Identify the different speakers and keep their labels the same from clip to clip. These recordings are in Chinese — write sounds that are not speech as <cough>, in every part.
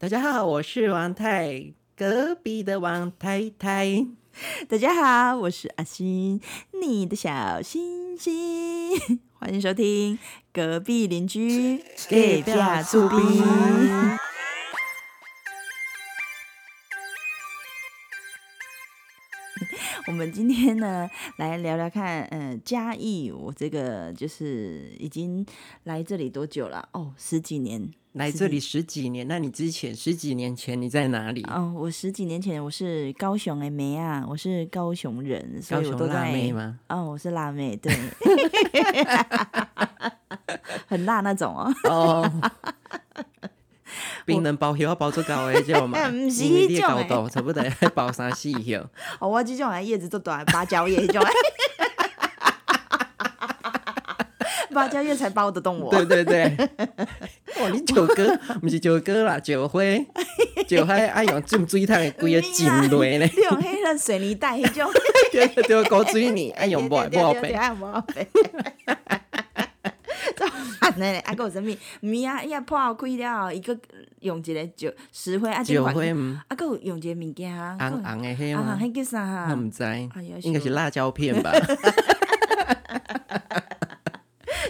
Speaker 1: 大家好，我是王太，隔壁的王太太。
Speaker 2: 大家好，我是阿星，你的小星星， <laughs> 欢迎收听隔壁邻居
Speaker 1: 隔壁厝边
Speaker 2: <laughs> 我们今天呢，来聊聊看，呃，嘉义，我这个就是已经来这里多久了？哦，十几年。
Speaker 1: 来这里十几年，那你之前十几年前你在哪里？
Speaker 2: 哦，我十几年前我是高雄哎梅啊，我是高雄人，所
Speaker 1: 高
Speaker 2: 以我
Speaker 1: 雄
Speaker 2: 都
Speaker 1: 辣
Speaker 2: 在
Speaker 1: 妹吗？
Speaker 2: 哦，我是辣妹，对， <laughs> 很辣那种哦。
Speaker 1: 哦， <laughs> 冰人包要包做高诶，叫我们，
Speaker 2: <laughs> 不是
Speaker 1: 因为你
Speaker 2: 那
Speaker 1: 的
Speaker 2: 种
Speaker 1: 高
Speaker 2: 的
Speaker 1: 度差不多包三四哟。
Speaker 2: <laughs> 哦，我这种的叶子都短，芭蕉叶那种的。 <laughs> 芭蕉叶才包得动我。，
Speaker 1: 对对对，哇，你九哥不是九哥啦，九辉，九辉爱用浸水桶的规个浸落咧
Speaker 2: 啊 <laughs> 你用黑了水泥袋那种，
Speaker 1: 对对对，高水泥爱 <laughs> 用抹抹
Speaker 2: 对对对对
Speaker 1: 白，
Speaker 2: 哎无好白。 <laughs> 啊，那啊，还有啥物？咪啊，伊啊破开了，伊个用一个石石灰啊，这
Speaker 1: 九
Speaker 2: 款
Speaker 1: 辉嗯，
Speaker 2: 啊，还有用一个物件啊，还有
Speaker 1: 红红的黑
Speaker 2: 啊，
Speaker 1: 吗？
Speaker 2: 迄叫啥啊
Speaker 1: 我？唔知，
Speaker 2: 呀
Speaker 1: 应该是辣椒片
Speaker 2: <laughs>
Speaker 1: 吧？
Speaker 2: 啊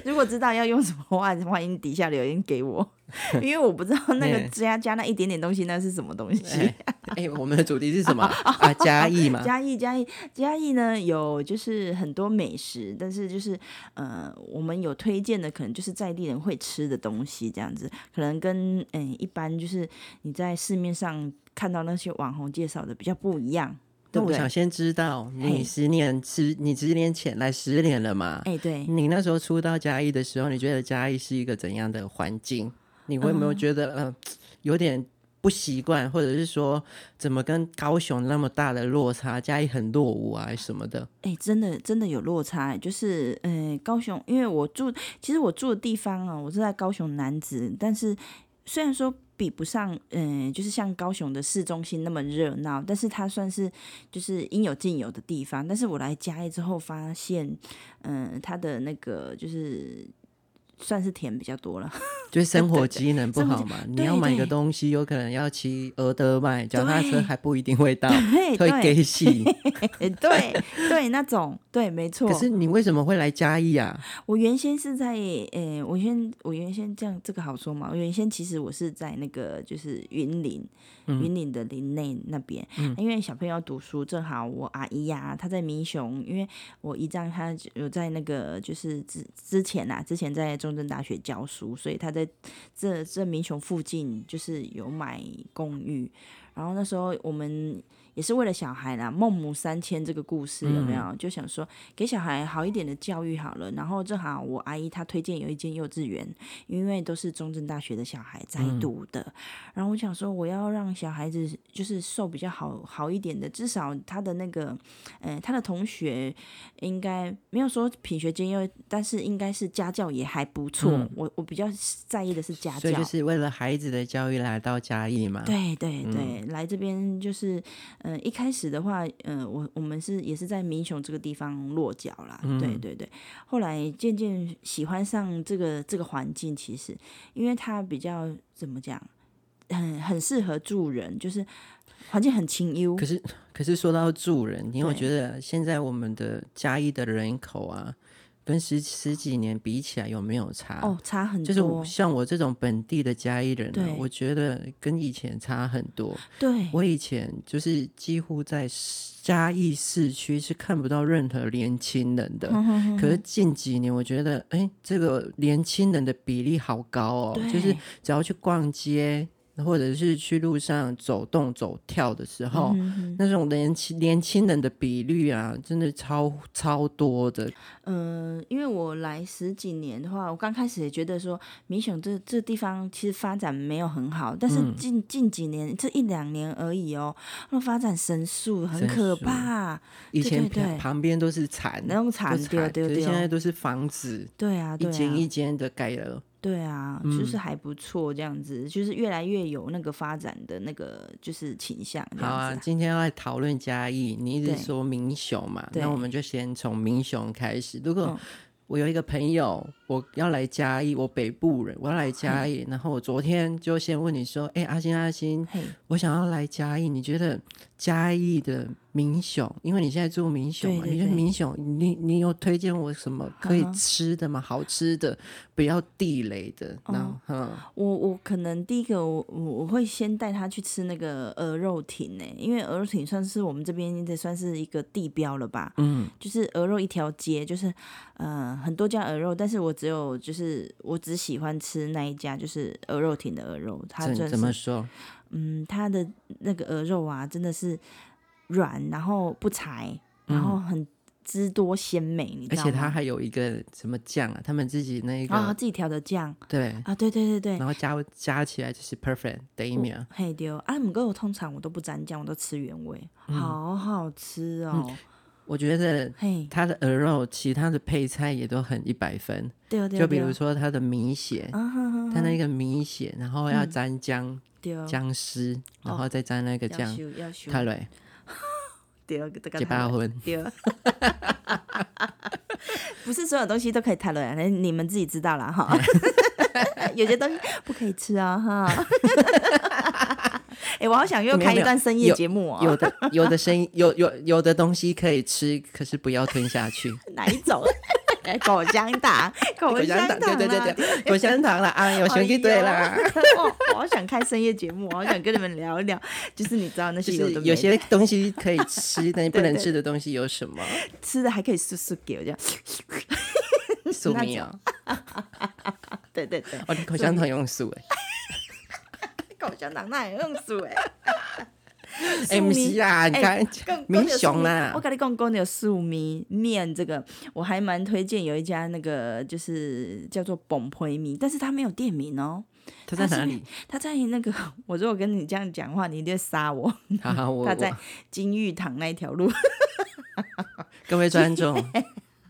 Speaker 2: 如果知道要用什么话， <laughs> 欢迎底下留言给我，因为我不知道那个
Speaker 1: 嗯
Speaker 2: 加加那一点点东西那是什么东西 <laughs>
Speaker 1: 哎。、哎我们的主题是什么啊？嘉义嘛，
Speaker 2: 嘉义，嘉义，嘉义呢有就是很多美食，但是就是呃，我们有推荐的可能就是在地人会吃的东西，这样子，可能跟嗯一般就是你在市面上看到那些网红介绍的比较不一样，
Speaker 1: 那
Speaker 2: 对不
Speaker 1: 我
Speaker 2: 对？哎
Speaker 1: 想先知道，你
Speaker 2: 嘿
Speaker 1: 十年十，你十年前来十年了嘛？
Speaker 2: 哎，对，
Speaker 1: 你那时候初到嘉义的时候，你觉得嘉义是一个怎样的环境？你会
Speaker 2: 嗯
Speaker 1: 没有觉得呃有点不习惯，或者是说怎么跟高雄那么大的落差？嘉义很落伍啊什么的。
Speaker 2: 哎、真的真的有落差、就是呃，高雄，因为我住，其实我住的地方啊，我是在高雄南子，但是虽然说比不上，呃，就是像高雄的市中心那么热闹，但是它算是就是应有尽有的地方。但是我来嘉义之后，发现，嗯、它的那个就是算是甜比较多了， <laughs>
Speaker 1: 就是生活机能不好嘛，你
Speaker 2: 对
Speaker 1: 要买一个
Speaker 2: 对
Speaker 1: 东西，有可能要骑鹅德迈，脚踏车
Speaker 2: 对
Speaker 1: 还不一定会到，
Speaker 2: 对
Speaker 1: 会
Speaker 2: 对
Speaker 1: 给戏。
Speaker 2: 哎对对，那种对，没错。
Speaker 1: 可是你为什么会来嘉义啊？
Speaker 2: 我原先是在诶、呃我原我原先这样这个好说嘛？我原先其实我是在那个就是云林，云林的林内那边，因为小朋友要读书，正好我阿姨呀、她在民雄，因为我姨丈他有在那个就是之之前呐、啊，之前在中正大学教书，所以他在这这民雄附近就是有买公寓，然后那时候我们。也是为了小孩啦，《孟母三迁》这个故事有没有？就想说给小孩好一点的教育好了。然后正好我阿姨她推荐有一间幼稚园，因为都是中正大学的小孩在读的。然后我想说，我要让小孩子就是受比较好好一点的，至少他的那个，呃，他的同学应该没有说品学兼优，但是应该是家教也还不错。我我比较在意的是家
Speaker 1: 所
Speaker 2: 教。
Speaker 1: 以就是为了孩子的教育来到嘉义嘛。
Speaker 2: 对对对，
Speaker 1: 嗯
Speaker 2: 来这边就是，呃，一开始的话，呃，我我们是也是在民雄这个地方落脚啦，对
Speaker 1: 嗯
Speaker 2: 对对。后来渐渐喜欢上这个这个环境，其实因为它比较怎么讲，很很适合住人，就是环境很清幽
Speaker 1: 可。是可是说到住人，你有
Speaker 2: 对
Speaker 1: 觉得现在我们的嘉义的人口啊，跟十十几年比起来有没有差？
Speaker 2: 哦，差很
Speaker 1: 就是
Speaker 2: 多，
Speaker 1: 我像我这种本地的嘉义人、啊
Speaker 2: 对，
Speaker 1: 我觉得跟以前差很多。
Speaker 2: 对，
Speaker 1: 我以前就是几乎在嘉义市区是看不到任何年轻人
Speaker 2: 嗯
Speaker 1: 的，可是近几年我觉得，哎、这个年轻人的比例好高哦，
Speaker 2: 对
Speaker 1: 就是只要去逛街。或者是去路上走动、走跳的时候，
Speaker 2: 嗯
Speaker 1: 那种年轻年轻人的比率啊，真的超超多的。
Speaker 2: 嗯，因为我来十几年的话，我刚开始也觉得说，民雄这这地方其实发展没有很好，但
Speaker 1: 嗯
Speaker 2: 是近、近几年这一两年而已哦，那发展神速，很
Speaker 1: 神
Speaker 2: 可
Speaker 1: 速
Speaker 2: 怕。
Speaker 1: 以
Speaker 2: 对
Speaker 1: 前
Speaker 2: 对对
Speaker 1: 旁边都是产，
Speaker 2: 那种产
Speaker 1: 都
Speaker 2: 对对
Speaker 1: 可是
Speaker 2: 对哦
Speaker 1: 现在都是房子，
Speaker 2: 对啊，对
Speaker 1: 一
Speaker 2: 啊，
Speaker 1: 间一嗯间的盖了。
Speaker 2: 对啊，就是还不错，这样子，就是越来越有那个发展的那个就是倾向，这
Speaker 1: 好
Speaker 2: 样
Speaker 1: 啊，
Speaker 2: 子啊。
Speaker 1: 今天要来讨论嘉义，你一直
Speaker 2: 对
Speaker 1: 说民雄嘛，
Speaker 2: 对
Speaker 1: 那我们就先从民雄开始。如果
Speaker 2: 嗯
Speaker 1: 我有一个朋友，我要来嘉义，我北部人，我要来嘉义。
Speaker 2: 嗯
Speaker 1: 然后我昨天就先问你说，哎、阿星阿星，
Speaker 2: 嘿，
Speaker 1: 我想要来嘉义，你觉得嘉义的民雄，因为你现在住民雄嘛，
Speaker 2: 对对
Speaker 1: 你觉得
Speaker 2: 对
Speaker 1: 民雄，你你有推荐我什么可以
Speaker 2: 嗯哼
Speaker 1: 吃的吗？好吃的，不要地雷的。
Speaker 2: 哦
Speaker 1: 然后，嗯，
Speaker 2: 我我可能第一个我我我会先带他去吃那个鹅肉亭呢、因为鹅肉亭算是我们这边的算是一个地标了吧，
Speaker 1: 嗯，
Speaker 2: 就是鹅肉一条街，就是呃很多家鹅肉，但是我只有就是我只喜欢吃那一家，就是鹅肉亭的鹅肉，它
Speaker 1: 怎
Speaker 2: 算
Speaker 1: 怎么
Speaker 2: 是
Speaker 1: 说？
Speaker 2: 嗯它的那个鹅肉啊真的是软，然后不柴，然后很汁多鲜美，
Speaker 1: 嗯
Speaker 2: 你
Speaker 1: 而
Speaker 2: 知道吗？
Speaker 1: 且它还有一个什么酱啊，他们自己那个、
Speaker 2: 啊自己调的酱
Speaker 1: 对，
Speaker 2: 啊，对对对对，
Speaker 1: 然后加加起来就是 perfect 的一秒。
Speaker 2: 嘿丢啊！不过我通常我都不沾酱，我都吃原味，
Speaker 1: 嗯
Speaker 2: 好好吃哦。
Speaker 1: 我觉得
Speaker 2: 嘿，
Speaker 1: 它的鹅肉，其他的配菜也都很一百分。
Speaker 2: 对哦对哦，
Speaker 1: 就比如
Speaker 2: 对哦
Speaker 1: 说它的米血，
Speaker 2: 啊哈哈
Speaker 1: 它那个米血，然后要沾姜、
Speaker 2: 对哦
Speaker 1: 姜丝，然后再沾那个
Speaker 2: 要
Speaker 1: 酱，
Speaker 2: 修要修
Speaker 1: 太累，
Speaker 2: 对哦这个
Speaker 1: 结
Speaker 2: 太
Speaker 1: 巴婚。
Speaker 2: 对 <laughs> 哦，不是所有东西都可以谈论，啊那你们自己知道了哈。 <laughs> 有些东西不可以吃啊哈。 <laughs> 哎、我好想又
Speaker 1: 没有
Speaker 2: 开
Speaker 1: 没
Speaker 2: 一
Speaker 1: 有
Speaker 2: 段深夜
Speaker 1: 有
Speaker 2: 节目哦。
Speaker 1: 有
Speaker 2: <laughs>
Speaker 1: 的有的声音，有有有的东西可以吃，可是不要吞下
Speaker 2: <laughs>
Speaker 1: 去。
Speaker 2: 哪一种？口香糖，口
Speaker 1: 香
Speaker 2: 香
Speaker 1: 糖，
Speaker 2: 糖，啊
Speaker 1: 对对对。对，口香糖啦，哎呦，
Speaker 2: 哎
Speaker 1: 选
Speaker 2: 呦
Speaker 1: 对对
Speaker 2: <laughs>
Speaker 1: 啦。
Speaker 2: 哇我好想开深夜节目，我好想跟你们聊一聊，就是你知道那
Speaker 1: <laughs> 就
Speaker 2: 些
Speaker 1: 是
Speaker 2: 的没
Speaker 1: 有
Speaker 2: 的
Speaker 1: 些东西可以吃，但是不
Speaker 2: 对
Speaker 1: 能
Speaker 2: 对
Speaker 1: 吃的东西有什么？
Speaker 2: 吃的还可以速速给我这样，
Speaker 1: 素
Speaker 2: <laughs> 那
Speaker 1: 米
Speaker 2: 种
Speaker 1: 哦，
Speaker 2: 对对对，
Speaker 1: 哦，你口香糖用素哎，
Speaker 2: 口香糖那也用 <laughs> 素哎，
Speaker 1: 哎，不是啊，你看 <laughs>
Speaker 2: 更
Speaker 1: 民雄啊啦
Speaker 2: 我，跟你讲，讲到素米面这个，我还蛮推荐有一家那个就是叫做崩皮米，但是它没有店名哦，
Speaker 1: 他在哪里？
Speaker 2: 它在那个 <laughs> 我如果跟你这样讲话，你一定会杀我。
Speaker 1: 好好，我
Speaker 2: 它在
Speaker 1: 我
Speaker 2: 金玉堂那一条路，
Speaker 1: 各位观 <laughs> 众，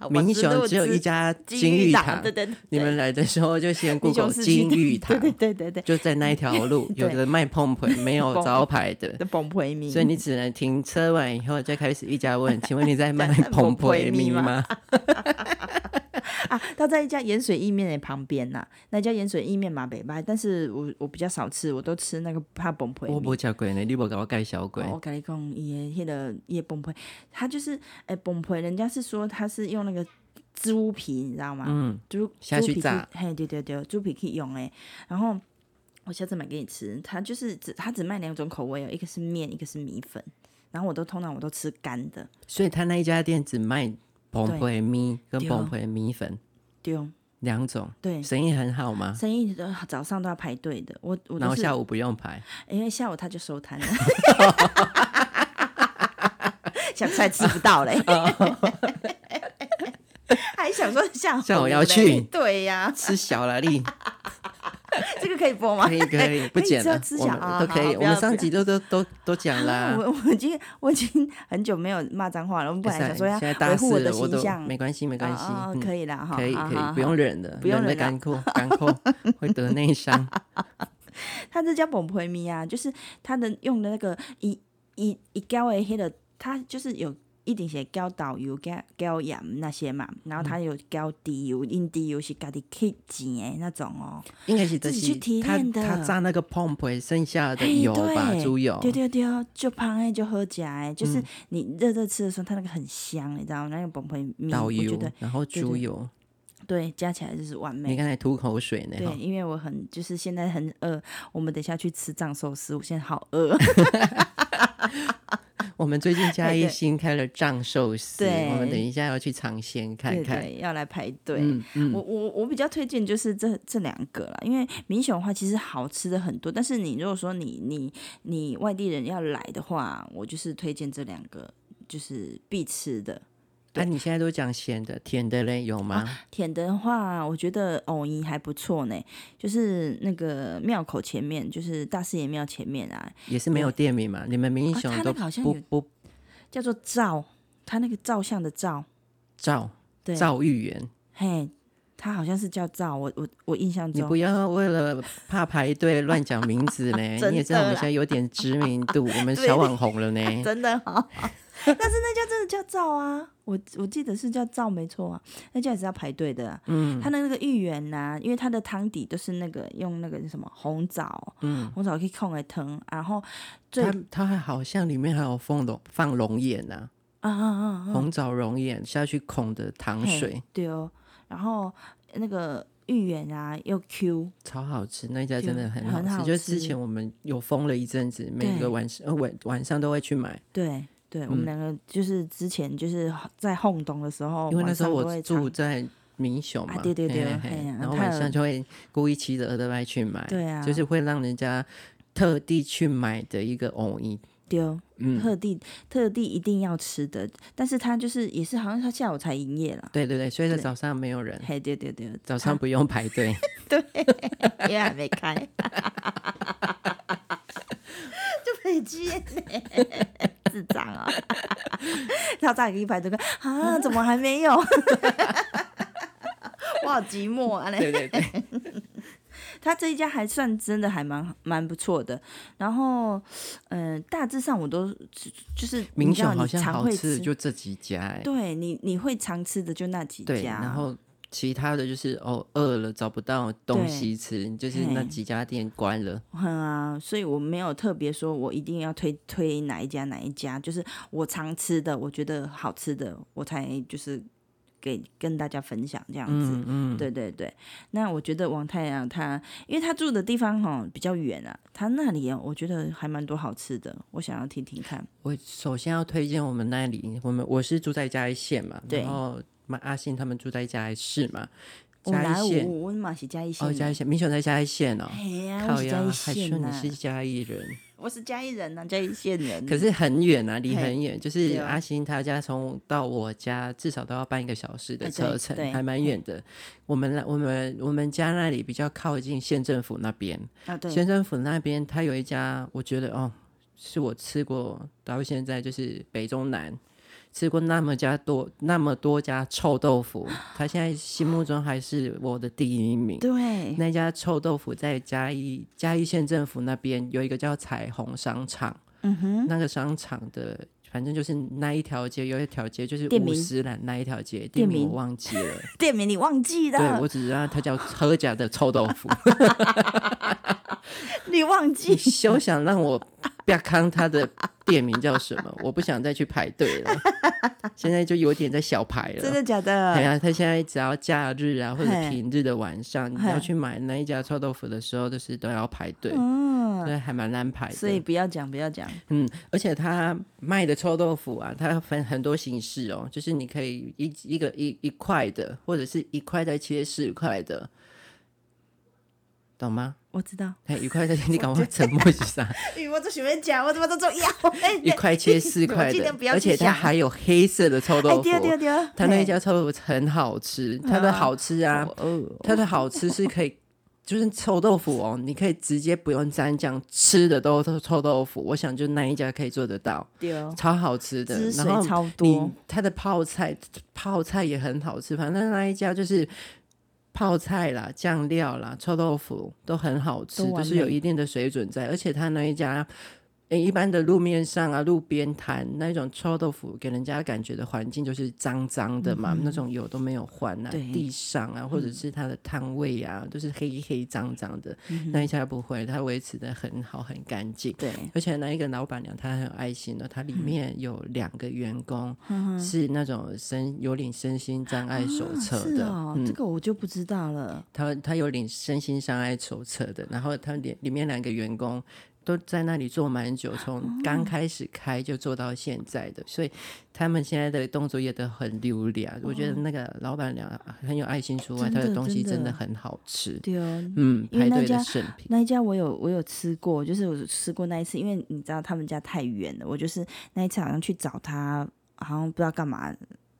Speaker 2: 我
Speaker 1: 民
Speaker 2: 知道
Speaker 1: 雄只有一家
Speaker 2: 金
Speaker 1: 哎金玉
Speaker 2: 堂，
Speaker 1: 堂
Speaker 2: 对，对对，
Speaker 1: 你们来的时候就先
Speaker 2: 民雄
Speaker 1: Google
Speaker 2: 市区
Speaker 1: 金玉堂，
Speaker 2: <laughs> 对对对对对
Speaker 1: 就在那一条 <laughs> 路，有的卖碰碰，没有招牌的。
Speaker 2: 的崩皮米，
Speaker 1: 所以你只能停车完以后再开始一家 <laughs> 问，请问你在卖蓬
Speaker 2: 蓬
Speaker 1: 佩
Speaker 2: 佩
Speaker 1: 米
Speaker 2: 蜜
Speaker 1: <laughs>
Speaker 2: 吗
Speaker 1: 吗？
Speaker 2: 啊，他在一家盐水意面的旁边呐、那家盐水意面嘛北拜，但是我我比较少吃，我都吃那个怕崩溃。
Speaker 1: 我不吃过呢，你不给我介绍过
Speaker 2: 哦。我跟你讲，伊的迄个伊的崩溃，它就是诶崩溃，人家是说它是用那个猪皮，你知道吗？
Speaker 1: 嗯，
Speaker 2: 猪
Speaker 1: 下
Speaker 2: 猪
Speaker 1: 去
Speaker 2: 皮
Speaker 1: 炸
Speaker 2: 去嘿，对对对，猪皮可以用诶。然后我下次买给你吃，它就是只它只卖两种口味哦，一个是面，一个是米粉。然后我都通常我都吃干的，
Speaker 1: 所以他那一家店只卖蓬佩米跟
Speaker 2: 对
Speaker 1: 蓬佩米粉
Speaker 2: 对哦
Speaker 1: 两种，
Speaker 2: 对，
Speaker 1: 生意很好吗？
Speaker 2: 生意都早上都要排队的，我我
Speaker 1: 然
Speaker 2: 都
Speaker 1: 后
Speaker 2: 是
Speaker 1: 下午不用排，
Speaker 2: 因为下午他就收摊了， <laughs> 想菜吃不到嘞，还想说下午
Speaker 1: 下午要
Speaker 2: 嘞
Speaker 1: 去
Speaker 2: 对呀、
Speaker 1: 吃小了
Speaker 2: <laughs>
Speaker 1: 力
Speaker 2: 这个可以播吗？
Speaker 1: 可以可以，不剪
Speaker 2: 只要
Speaker 1: 了
Speaker 2: 哎吃，
Speaker 1: 我
Speaker 2: 小
Speaker 1: 们
Speaker 2: 啊
Speaker 1: 都可以。
Speaker 2: 好
Speaker 1: 我
Speaker 2: 不要
Speaker 1: 们上集都都都都讲
Speaker 2: 啊
Speaker 1: 啦。
Speaker 2: <laughs> 我我已经我已经很久没有骂脏话了，我们本来想说要
Speaker 1: 现在大
Speaker 2: 维护
Speaker 1: 四
Speaker 2: 的
Speaker 1: 了，我
Speaker 2: 形
Speaker 1: 都
Speaker 2: 象，
Speaker 1: 没关系没关系，
Speaker 2: 哦哦
Speaker 1: 嗯
Speaker 2: 可以啦哈，
Speaker 1: 可以
Speaker 2: 好
Speaker 1: 可
Speaker 2: 好
Speaker 1: 以，不
Speaker 2: 好
Speaker 1: 用忍的，
Speaker 2: 不用
Speaker 1: 忍的
Speaker 2: 忍啊
Speaker 1: 干扣 <laughs> 干扣会得内
Speaker 2: <laughs>
Speaker 1: 伤。
Speaker 2: 他这叫崩皮米啊，就是他的用的那个一一一胶的迄、个，他就是有一定是胶导游、胶胶盐那些嘛，然后他有胶底油、因底油是家己去钱的那种哦。
Speaker 1: 应该是这
Speaker 2: 自己去
Speaker 1: 是
Speaker 2: 提
Speaker 1: 他
Speaker 2: 炼的
Speaker 1: 他炸那个 pump 剩下的
Speaker 2: 嘿
Speaker 1: 油吧，
Speaker 2: 对
Speaker 1: 猪油。
Speaker 2: 对对对哦，就胖哎，就喝起来，就是你热热吃的时候，它那个很香，你知道吗那个崩皮米，
Speaker 1: 导
Speaker 2: 我觉
Speaker 1: 游
Speaker 2: 得，
Speaker 1: 然后
Speaker 2: 对
Speaker 1: 猪
Speaker 2: 对
Speaker 1: 油，
Speaker 2: 对，加起来就是完
Speaker 1: 你
Speaker 2: 美。
Speaker 1: 刚才吐口水呢，哦
Speaker 2: 对，
Speaker 1: 哈
Speaker 2: 因为我很就是现在很饿，我们等一下去吃藏寿司，我现在好饿。
Speaker 1: 我们最近嘉
Speaker 2: 对
Speaker 1: 义
Speaker 2: 对
Speaker 1: 新开了藏寿司，
Speaker 2: 对
Speaker 1: 我们等一下要去尝鲜看
Speaker 2: 对
Speaker 1: 看。
Speaker 2: 对，要来排队。
Speaker 1: 嗯
Speaker 2: 我
Speaker 1: 嗯，
Speaker 2: 我我比较推荐就是这这两个啦，因为民雄的话其实好吃的很多，但是你如果说你你你外地人要来的话，我就是推荐这两个就是必吃的。
Speaker 1: 那啊你现在都讲咸的，甜的嘞有吗？
Speaker 2: 甜的话，我觉得藕泥还不错呢，就是那个庙口前面，就是大四爷庙前面啊，
Speaker 1: 也是没有店名嘛，你们民
Speaker 2: 啊
Speaker 1: 雄
Speaker 2: 他
Speaker 1: 都
Speaker 2: 那个好像
Speaker 1: 不
Speaker 2: 有
Speaker 1: 不
Speaker 2: 叫做照，他那个照相的照，
Speaker 1: 照
Speaker 2: 对，
Speaker 1: 照芋圆，
Speaker 2: 嘿，他好像是叫照，我我我印象
Speaker 1: 你
Speaker 2: 中
Speaker 1: 不要为了怕排队乱讲名字呢
Speaker 2: <laughs> 真，的
Speaker 1: 你也知道我们
Speaker 2: 啦
Speaker 1: 现在有点知名度，我们
Speaker 2: 对 <laughs>
Speaker 1: 小网红了呢。 <laughs>
Speaker 2: 真的好，但是那家真的叫赵啊，我我记得是叫赵没错啊，那家也是要排队的、嗯，他的那个芋圆呐、因为它的汤底都是那个用那个什么红枣，嗯，红枣可以控来疼，然后最
Speaker 1: 它它还好像里面还有放龙放龙眼呐、
Speaker 2: 啊啊啊啊，
Speaker 1: 红枣龙眼下去孔的糖
Speaker 2: 嘿
Speaker 1: 水，
Speaker 2: 对哦，然后那个芋圆啊又 Q，
Speaker 1: 超好吃，那一家真的很
Speaker 2: 很
Speaker 1: 好吃。
Speaker 2: 好
Speaker 1: 就
Speaker 2: 吃
Speaker 1: 之前我们有疯了一阵子，每
Speaker 2: 对
Speaker 1: 个晚上呃晚晚上都会去买，
Speaker 2: 对对，
Speaker 1: 嗯
Speaker 2: 我们两个就是之前就是在轰动的时候，
Speaker 1: 因为那时候
Speaker 2: 哦晚上都
Speaker 1: 我
Speaker 2: 会
Speaker 1: 住
Speaker 2: 常
Speaker 1: 在民雄嘛，
Speaker 2: 啊对对对
Speaker 1: 嘿嘿嘿
Speaker 2: 嘿呀
Speaker 1: 然后
Speaker 2: 它
Speaker 1: 晚
Speaker 2: 有
Speaker 1: 上就会故意骑着额外去买，
Speaker 2: 对啊
Speaker 1: 就是会让人家特地去买的一个偶一，
Speaker 2: 丢，
Speaker 1: 嗯，
Speaker 2: 哦特地特地一定要吃的，但是他就是也是好像他下午才营业啦。
Speaker 1: 对对对，所以在
Speaker 2: 对
Speaker 1: 早上没有人，
Speaker 2: 嘿，对对对，
Speaker 1: <laughs> 早上不用排
Speaker 2: <laughs>
Speaker 1: 队， <laughs>
Speaker 2: 因为还没开，就被接呢，智障啊！他再给一排这个啊，怎么还没有？ <laughs> 我好寂寞啊！嘞，
Speaker 1: 对对对，
Speaker 2: <laughs> 他这一家还算真的还蛮蛮不错的。然后，嗯、大致上我都就是
Speaker 1: 民
Speaker 2: 你知
Speaker 1: 雄
Speaker 2: 道你
Speaker 1: 好像
Speaker 2: 常
Speaker 1: 好
Speaker 2: 会
Speaker 1: 吃
Speaker 2: 吃
Speaker 1: 的就这几家、哎，
Speaker 2: 对你你会常吃的就那几家，
Speaker 1: 对，然后。其他的就是哦，饿了找不到东西吃，就是那
Speaker 2: 嘿
Speaker 1: 几家店关了。
Speaker 2: 嗯啊，所以我没有特别说我一定要推推哪一家哪一家，就是我常吃的，我觉得好吃的，我才就是给跟大家分享这样子。
Speaker 1: 嗯嗯，
Speaker 2: 对对对，那我觉得王太阳他，因为他住的地方哈、比较远啊，他那里哦，我觉得还蛮多好吃的，我想要听听看。
Speaker 1: 我首先要推荐我们那里，我们我是住在嘉义县嘛，
Speaker 2: 对
Speaker 1: 然后嘛阿信他们住在嘉义市嘛，
Speaker 2: 我
Speaker 1: 嘉
Speaker 2: 来
Speaker 1: 义县
Speaker 2: 我我马是嘉义县
Speaker 1: 哦，
Speaker 2: 人，
Speaker 1: 嘉义县，民雄在嘉义县哦，
Speaker 2: 哎呀，我
Speaker 1: 靠
Speaker 2: 是嘉
Speaker 1: 呀，还
Speaker 2: 义
Speaker 1: 说
Speaker 2: 县
Speaker 1: 你
Speaker 2: 呐、
Speaker 1: 是嘉义人，
Speaker 2: 我是嘉义人呐、嘉义县人。
Speaker 1: 可是很远啊，离
Speaker 2: 嘿
Speaker 1: 很远，就是
Speaker 2: 对啊
Speaker 1: 阿星他家从到我家至少都要半个小时的
Speaker 2: 哎对
Speaker 1: 车程，
Speaker 2: 对
Speaker 1: 还蛮远的。我们那我们我们家那里比较靠近县政府那边，
Speaker 2: 啊，对，
Speaker 1: 县政府那边它有一家，我觉得哦，是我吃过到现在就是北中南吃过那么家多那么多家臭豆腐，它现在心目中还是我的第一名。
Speaker 2: 对，
Speaker 1: 那家臭豆腐在嘉义嘉义县政府那边有一个叫彩虹商场，
Speaker 2: 嗯哼，
Speaker 1: 那个商场的反正就是那一条街，有一条街就是
Speaker 2: 店
Speaker 1: 五
Speaker 2: 名
Speaker 1: 十岚那一条街，店名
Speaker 2: 名
Speaker 1: 我忘记
Speaker 2: <laughs>
Speaker 1: 了，
Speaker 2: 店名你忘记了？
Speaker 1: 对我只知道
Speaker 2: <laughs>
Speaker 1: 它叫何家的臭豆腐。 <laughs>
Speaker 2: 你忘
Speaker 1: 你
Speaker 2: 记？
Speaker 1: 休想让我不要康他的店名叫什么，我不想再去排队了。现在就有点在小排
Speaker 2: 真
Speaker 1: 了。
Speaker 2: 的假
Speaker 1: 对
Speaker 2: 的？
Speaker 1: 啊，他现在只要假日啊，或者
Speaker 2: 呃嘿
Speaker 1: 平日的晚上，你要
Speaker 2: 嘿
Speaker 1: 去买那一家臭豆腐的时候，就是都要排队，
Speaker 2: 嗯，
Speaker 1: 所以还蛮难排的。
Speaker 2: 所以不要讲，不要讲。
Speaker 1: 嗯，而且它卖的臭豆腐啊，它分很多形式哦，就是你可以一一个一一块的，或者是一块再切四块的，懂吗？
Speaker 2: <laughs> 我知道，
Speaker 1: 哎，一块再切，你赶快沉默一
Speaker 2: <laughs>
Speaker 1: 下，
Speaker 2: 咦，我这随便讲，我怎么都重要？ <laughs> 哎，
Speaker 1: 一块切四块
Speaker 2: 我记
Speaker 1: 的
Speaker 2: 得不，要
Speaker 1: 而
Speaker 2: 去
Speaker 1: 且它
Speaker 2: 想
Speaker 1: 还有黑色的臭豆
Speaker 2: 哎，
Speaker 1: 腐。
Speaker 2: 对对对，
Speaker 1: 它那一家臭豆腐很好吃，它的好吃
Speaker 2: <laughs>
Speaker 1: 啊，
Speaker 2: 哦，
Speaker 1: 它的好吃是可以，就是臭豆腐哦，你可以直接不用沾酱吃的都是臭豆腐，我想就那一家可以做得到。
Speaker 2: 对，
Speaker 1: 超好吃的，
Speaker 2: 哦汁水
Speaker 1: 然后
Speaker 2: 超
Speaker 1: 你
Speaker 2: 多，
Speaker 1: 它的泡菜泡菜也很好吃，反正那一家就是泡菜啦、酱料啦、臭豆腐都很好吃，
Speaker 2: 都
Speaker 1: 都
Speaker 2: 完
Speaker 1: 是有
Speaker 2: 美
Speaker 1: 一定的水准在，而且他那一家。诶一般的路面上啊，路边摊那种臭豆腐，给人家感觉的环境就是脏脏的嘛，那种油都没有换啊，
Speaker 2: 嗯对嗯
Speaker 1: 地上啊，或者是它的摊位啊，都是黑黑脏脏的。
Speaker 2: 嗯
Speaker 1: 那一家不会，它维持的很好，很干净。
Speaker 2: 对，
Speaker 1: 而且那一个老板娘她很有爱心的，她里
Speaker 2: 嗯
Speaker 1: 面有两个员工、是那种身有领身心障碍手册
Speaker 2: 是
Speaker 1: 的，嗯
Speaker 2: 哦，这个我就不知道了。
Speaker 1: 她她有领身心障碍手册的，然后她里里面两个员工都在那里做蛮久，
Speaker 2: 哦
Speaker 1: 从刚开始开就做到现在的，所以他们现在的动作也都很流利啊。我觉得那个老板娘很有爱心之外，
Speaker 2: 哦真
Speaker 1: 她
Speaker 2: 的
Speaker 1: 的东西
Speaker 2: 真的
Speaker 1: 真的很好吃，
Speaker 2: 对哦，
Speaker 1: 嗯，
Speaker 2: 因
Speaker 1: 排
Speaker 2: 为那
Speaker 1: 队的
Speaker 2: 家
Speaker 1: 圣品，
Speaker 2: 那一家我有我有吃过，就是我吃过那一次，因为你知道他们家太远了，我就是那一次好像去找他，好像不知道干嘛。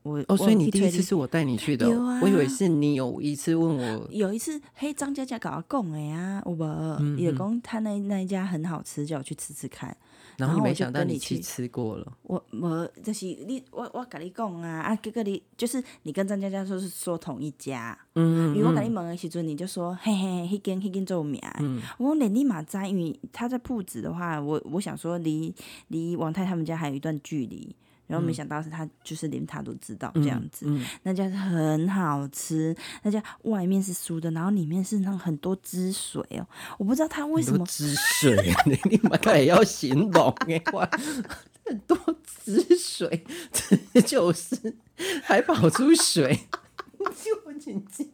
Speaker 2: 我
Speaker 1: 哦，所以
Speaker 2: 我
Speaker 1: 你
Speaker 2: 去
Speaker 1: 第一
Speaker 2: 催
Speaker 1: 次
Speaker 2: 你
Speaker 1: 是我带你去的哦、
Speaker 2: 有啊
Speaker 1: 我以为是你有一次问我，
Speaker 2: 有一次，嘿，张佳佳跟我讲的呀、啊，有
Speaker 1: 嗯
Speaker 2: 无？也讲他那那一家很好吃，叫我去吃吃看。
Speaker 1: 然
Speaker 2: 然
Speaker 1: 后
Speaker 2: 后
Speaker 1: 没
Speaker 2: 我就
Speaker 1: 想到
Speaker 2: 跟
Speaker 1: 你
Speaker 2: 你
Speaker 1: 去
Speaker 2: 去
Speaker 1: 吃过了，
Speaker 2: 我无，就是你我我跟你讲啊，啊，哥哥你就是你跟张佳佳说是说同一家，
Speaker 1: 嗯
Speaker 2: 因为我跟你问的时阵，你就说嘿嘿，迄间迄间做有名的。
Speaker 1: 嗯
Speaker 2: 我讲连你嘛知，因为他在铺子的话，我我想说离离王太他们家还有一段距离。然后没想到是他就是连他都知道
Speaker 1: 嗯
Speaker 2: 这样子，那家是很好吃，那家外面是酥的，然后里面是那种很多汁水哦，我不知道他为什
Speaker 1: 很多
Speaker 2: 么
Speaker 1: 汁水， <laughs> 你你妈的也要形容哎、哇，很多汁水， <laughs> 这就是还跑出水，就请假。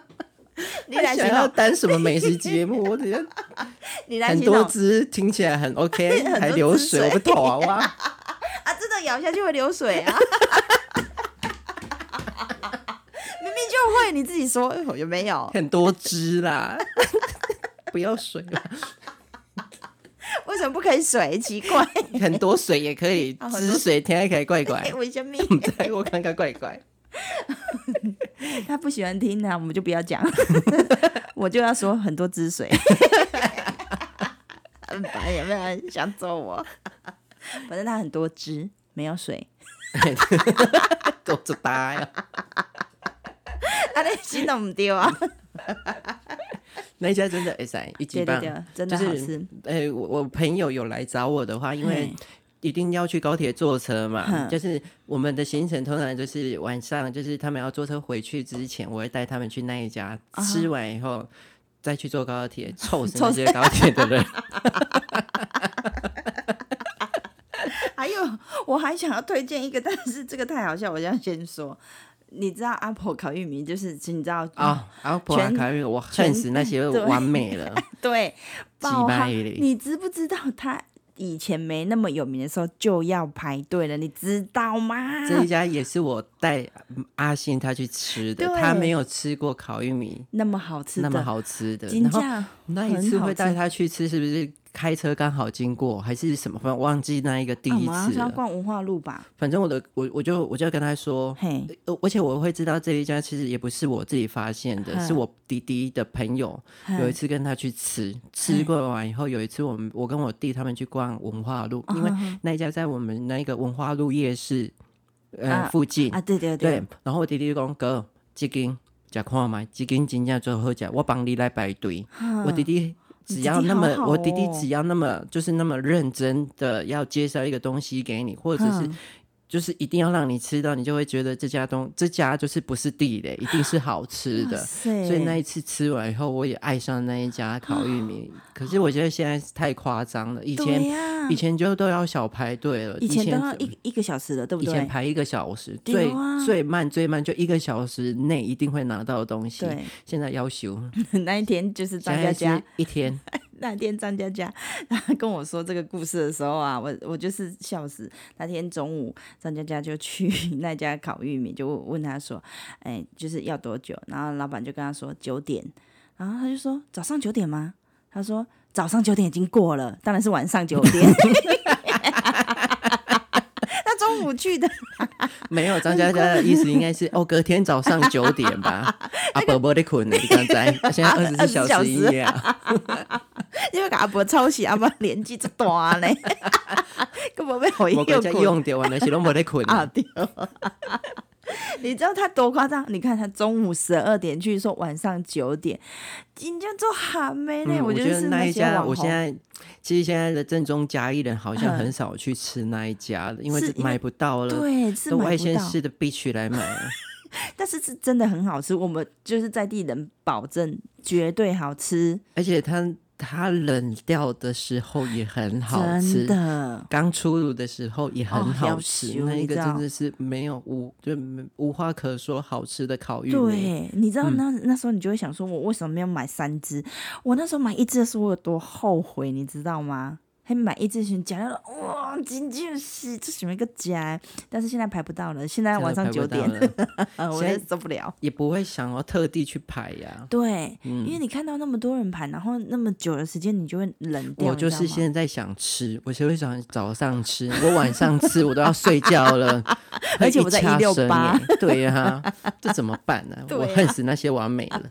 Speaker 2: <laughs> 你哦来
Speaker 1: 还
Speaker 2: 形
Speaker 1: 想要
Speaker 2: 容，
Speaker 1: 当什么美食节目？我
Speaker 2: <laughs>
Speaker 1: 觉得
Speaker 2: 你来
Speaker 1: 很
Speaker 2: 形
Speaker 1: 多
Speaker 2: 容
Speaker 1: 汁听起来很 OK，
Speaker 2: 哦 <laughs> 很多
Speaker 1: 还流
Speaker 2: 汁
Speaker 1: 水，
Speaker 2: 水
Speaker 1: 我不头啊哇！
Speaker 2: <laughs> 啊，真的咬下去会流水啊！明明就会，你自己说哎我有没有？
Speaker 1: 很多汁啦， <laughs> 不要水啦，
Speaker 2: 为什么不可以水？奇怪，
Speaker 1: 很多水也可
Speaker 2: <laughs>
Speaker 1: 以，
Speaker 2: 啊很多
Speaker 1: 汁水听起来怪怪
Speaker 2: <laughs>
Speaker 1: <laughs>
Speaker 2: 哎，。为什么？
Speaker 1: 对，我看看怪怪。 <laughs>
Speaker 2: 他不喜欢听啊，我们就不要讲， <laughs> 我就要说很多汁水。 <laughs> 很烦，有没有人想揍我？反正他很多汁，没有水。
Speaker 1: 都着搭呀，
Speaker 2: 他啊那心都不丢啊！
Speaker 1: 那一家真的哎塞，一级
Speaker 2: <laughs> 对对
Speaker 1: 棒。
Speaker 2: 对，真的好吃。
Speaker 1: 就是呃，我我朋友有来找我的话，因为
Speaker 2: 嘿
Speaker 1: 一定要去高铁坐车嘛，
Speaker 2: 哼
Speaker 1: 就是我们的行程通常就是晚上，就是他们要坐车回去之前，我会带他们去那一家、
Speaker 2: 啊哈
Speaker 1: 吃完以后。再去坐高
Speaker 2: <laughs>
Speaker 1: 铁，臭死那
Speaker 2: 臭死
Speaker 1: 些高铁的
Speaker 2: <laughs>
Speaker 1: 人。
Speaker 2: 还有，我还想要推荐一个，但 <laughs> 是这个太好笑，我要先说。你知道阿婆烤玉米就是，你知道
Speaker 1: 啊！然后普拉
Speaker 2: 全
Speaker 1: 卡瑞，我恨死那些
Speaker 2: 对
Speaker 1: 完美
Speaker 2: <laughs>
Speaker 1: 了。
Speaker 2: 对，爆
Speaker 1: 掰
Speaker 2: 哈！
Speaker 1: 嘞
Speaker 2: 你知不知道他以前没那么有名的时候就要排队了？你知道吗？
Speaker 1: 这一家也是我带阿信他去吃的，
Speaker 2: 对
Speaker 1: 他没有吃过烤玉米
Speaker 2: 那么好吃的，
Speaker 1: 那么好吃的。
Speaker 2: 金
Speaker 1: 然后
Speaker 2: 价
Speaker 1: 那一次会带他去吃，是不是开车刚好经过，还是什么？反正忘记那一个第
Speaker 2: 啊我
Speaker 1: 一
Speaker 2: 们好
Speaker 1: 次
Speaker 2: 像要
Speaker 1: 了。
Speaker 2: 逛文化路吧？
Speaker 1: 反正我的我我就我就跟他说，
Speaker 2: 嘿，
Speaker 1: 呃而且我会知道这一家其实也不是我自己发现的，
Speaker 2: 嗯
Speaker 1: 是我弟弟的朋友有一
Speaker 2: 嘿
Speaker 1: 次跟他去吃，
Speaker 2: 嗯
Speaker 1: 吃过完以后，有一次我们我跟我弟他们去逛文化路，
Speaker 2: 哦
Speaker 1: 因
Speaker 2: 啊
Speaker 1: 为那一家在我们那个文化路夜市呃
Speaker 2: 啊
Speaker 1: 附近
Speaker 2: 啊，，对对
Speaker 1: 对，，然后我弟弟就讲哥，这间食看嘛，这间真正最好食，我帮你来排队。我弟弟只
Speaker 2: 弟
Speaker 1: 要
Speaker 2: 弟
Speaker 1: 那
Speaker 2: 好
Speaker 1: 么，
Speaker 2: 好
Speaker 1: 我弟弟
Speaker 2: 哦
Speaker 1: 只要那么，就是那么认真的要介绍一个东西给你，或者是
Speaker 2: 嗯
Speaker 1: 就是一定要让你吃到，你就会觉得这家东这家就是不是地雷，一定是好吃的。
Speaker 2: 所
Speaker 1: 所以那一次吃完以后，我也爱上那一
Speaker 2: 啊
Speaker 1: 家烤玉米。可是我觉得现在是太夸张了，以
Speaker 2: 对
Speaker 1: 前、
Speaker 2: 呀，
Speaker 1: 以前就都要小排队了，
Speaker 2: 以
Speaker 1: 以
Speaker 2: 前
Speaker 1: 前
Speaker 2: 都要一一个小时了，对不
Speaker 1: 以前
Speaker 2: 对？
Speaker 1: 排一个小时，
Speaker 2: 对
Speaker 1: 最
Speaker 2: 啊
Speaker 1: 最慢最慢就一个小时内一定会拿到的东西。
Speaker 2: 对， <laughs>
Speaker 1: 现在要求，
Speaker 2: 那一天就是张
Speaker 1: 现
Speaker 2: 嘉
Speaker 1: 在
Speaker 2: 佳
Speaker 1: 是，一天，
Speaker 2: <laughs> 那天张佳佳她跟我说这个故事的时候啊，我我就是笑死。那天中午，张佳佳就去 <laughs> 那家烤玉米，就问问他说：“哎、就是要多久？”然后老板就跟他说九点，然后他就说：“早上九点吗？”他说：“早上九点已经过了，当然是晚上九点。” <laughs> 他中午去的，
Speaker 1: 没有张佳佳的意思应该是哦，隔天早上九点
Speaker 2: <laughs>
Speaker 1: 吧。阿伯伯的困了，你刚才现在二十四小时营业 <laughs> 啊，
Speaker 2: 因为给阿伯抄袭，阿伯年纪这大呢， <laughs> 根本被回
Speaker 1: 我国家用掉完了，是拢没得困
Speaker 2: 啊
Speaker 1: 啊。
Speaker 2: 对，你知道他多夸张？你看他中午十二点去，说晚上九点，人家做喊妹嘞。
Speaker 1: 嗯，我
Speaker 2: 觉
Speaker 1: 觉
Speaker 2: 得
Speaker 1: 得
Speaker 2: 是
Speaker 1: 那一
Speaker 2: 些
Speaker 1: 家，
Speaker 2: 网
Speaker 1: 我
Speaker 2: 红
Speaker 1: 现在其实现在的正宗嘉义人好像
Speaker 2: 嗯
Speaker 1: 很少去吃那一家了，因为
Speaker 2: 是
Speaker 1: 这
Speaker 2: 因为
Speaker 1: 买不到了，
Speaker 2: 对是
Speaker 1: 都
Speaker 2: 买
Speaker 1: 外
Speaker 2: 不
Speaker 1: 县
Speaker 2: 到，
Speaker 1: 市的必须来买啊了。
Speaker 2: 但是是真的很好吃。我们就是在地人，保证绝对好吃，
Speaker 1: 而且它它冷掉的时候也很好吃
Speaker 2: 啊真，的。
Speaker 1: 刚出炉的时候也很
Speaker 2: 哦
Speaker 1: 好
Speaker 2: 要
Speaker 1: 吃，
Speaker 2: 修
Speaker 1: 那一
Speaker 2: 你
Speaker 1: 个
Speaker 2: 知
Speaker 1: 真
Speaker 2: 道
Speaker 1: 的是没有无就没无话可说好吃的烤玉米。
Speaker 2: 对，你知
Speaker 1: 嗯
Speaker 2: 道那、那时候你就会想说，我为什么没有买三只？我那时候买一只的时候，我有多后悔，你知道吗？还买一只熊夹了，哇，真就是这什么一个夹？但是现在排不到了，现在
Speaker 1: 现在
Speaker 2: 晚上
Speaker 1: 排不
Speaker 2: 九
Speaker 1: 到
Speaker 2: 点，
Speaker 1: 了
Speaker 2: 呃，我
Speaker 1: 现在嗯
Speaker 2: 也受不了。 <laughs>
Speaker 1: 也不会想要特地去排呀、
Speaker 2: 对，因为你看到那么多人排，然后那么久的时间，你就会冷掉。
Speaker 1: 我就
Speaker 2: 你知道
Speaker 1: 是
Speaker 2: 吗
Speaker 1: 现在想吃，我就会想早上吃，我晚上吃，我都要睡觉了，
Speaker 2: <laughs> 而且我在
Speaker 1: 掐
Speaker 2: 168
Speaker 1: 生耶欸对呀、这怎么办呢、
Speaker 2: <laughs> 对
Speaker 1: 我
Speaker 2: 啊
Speaker 1: 恨死那些完美了，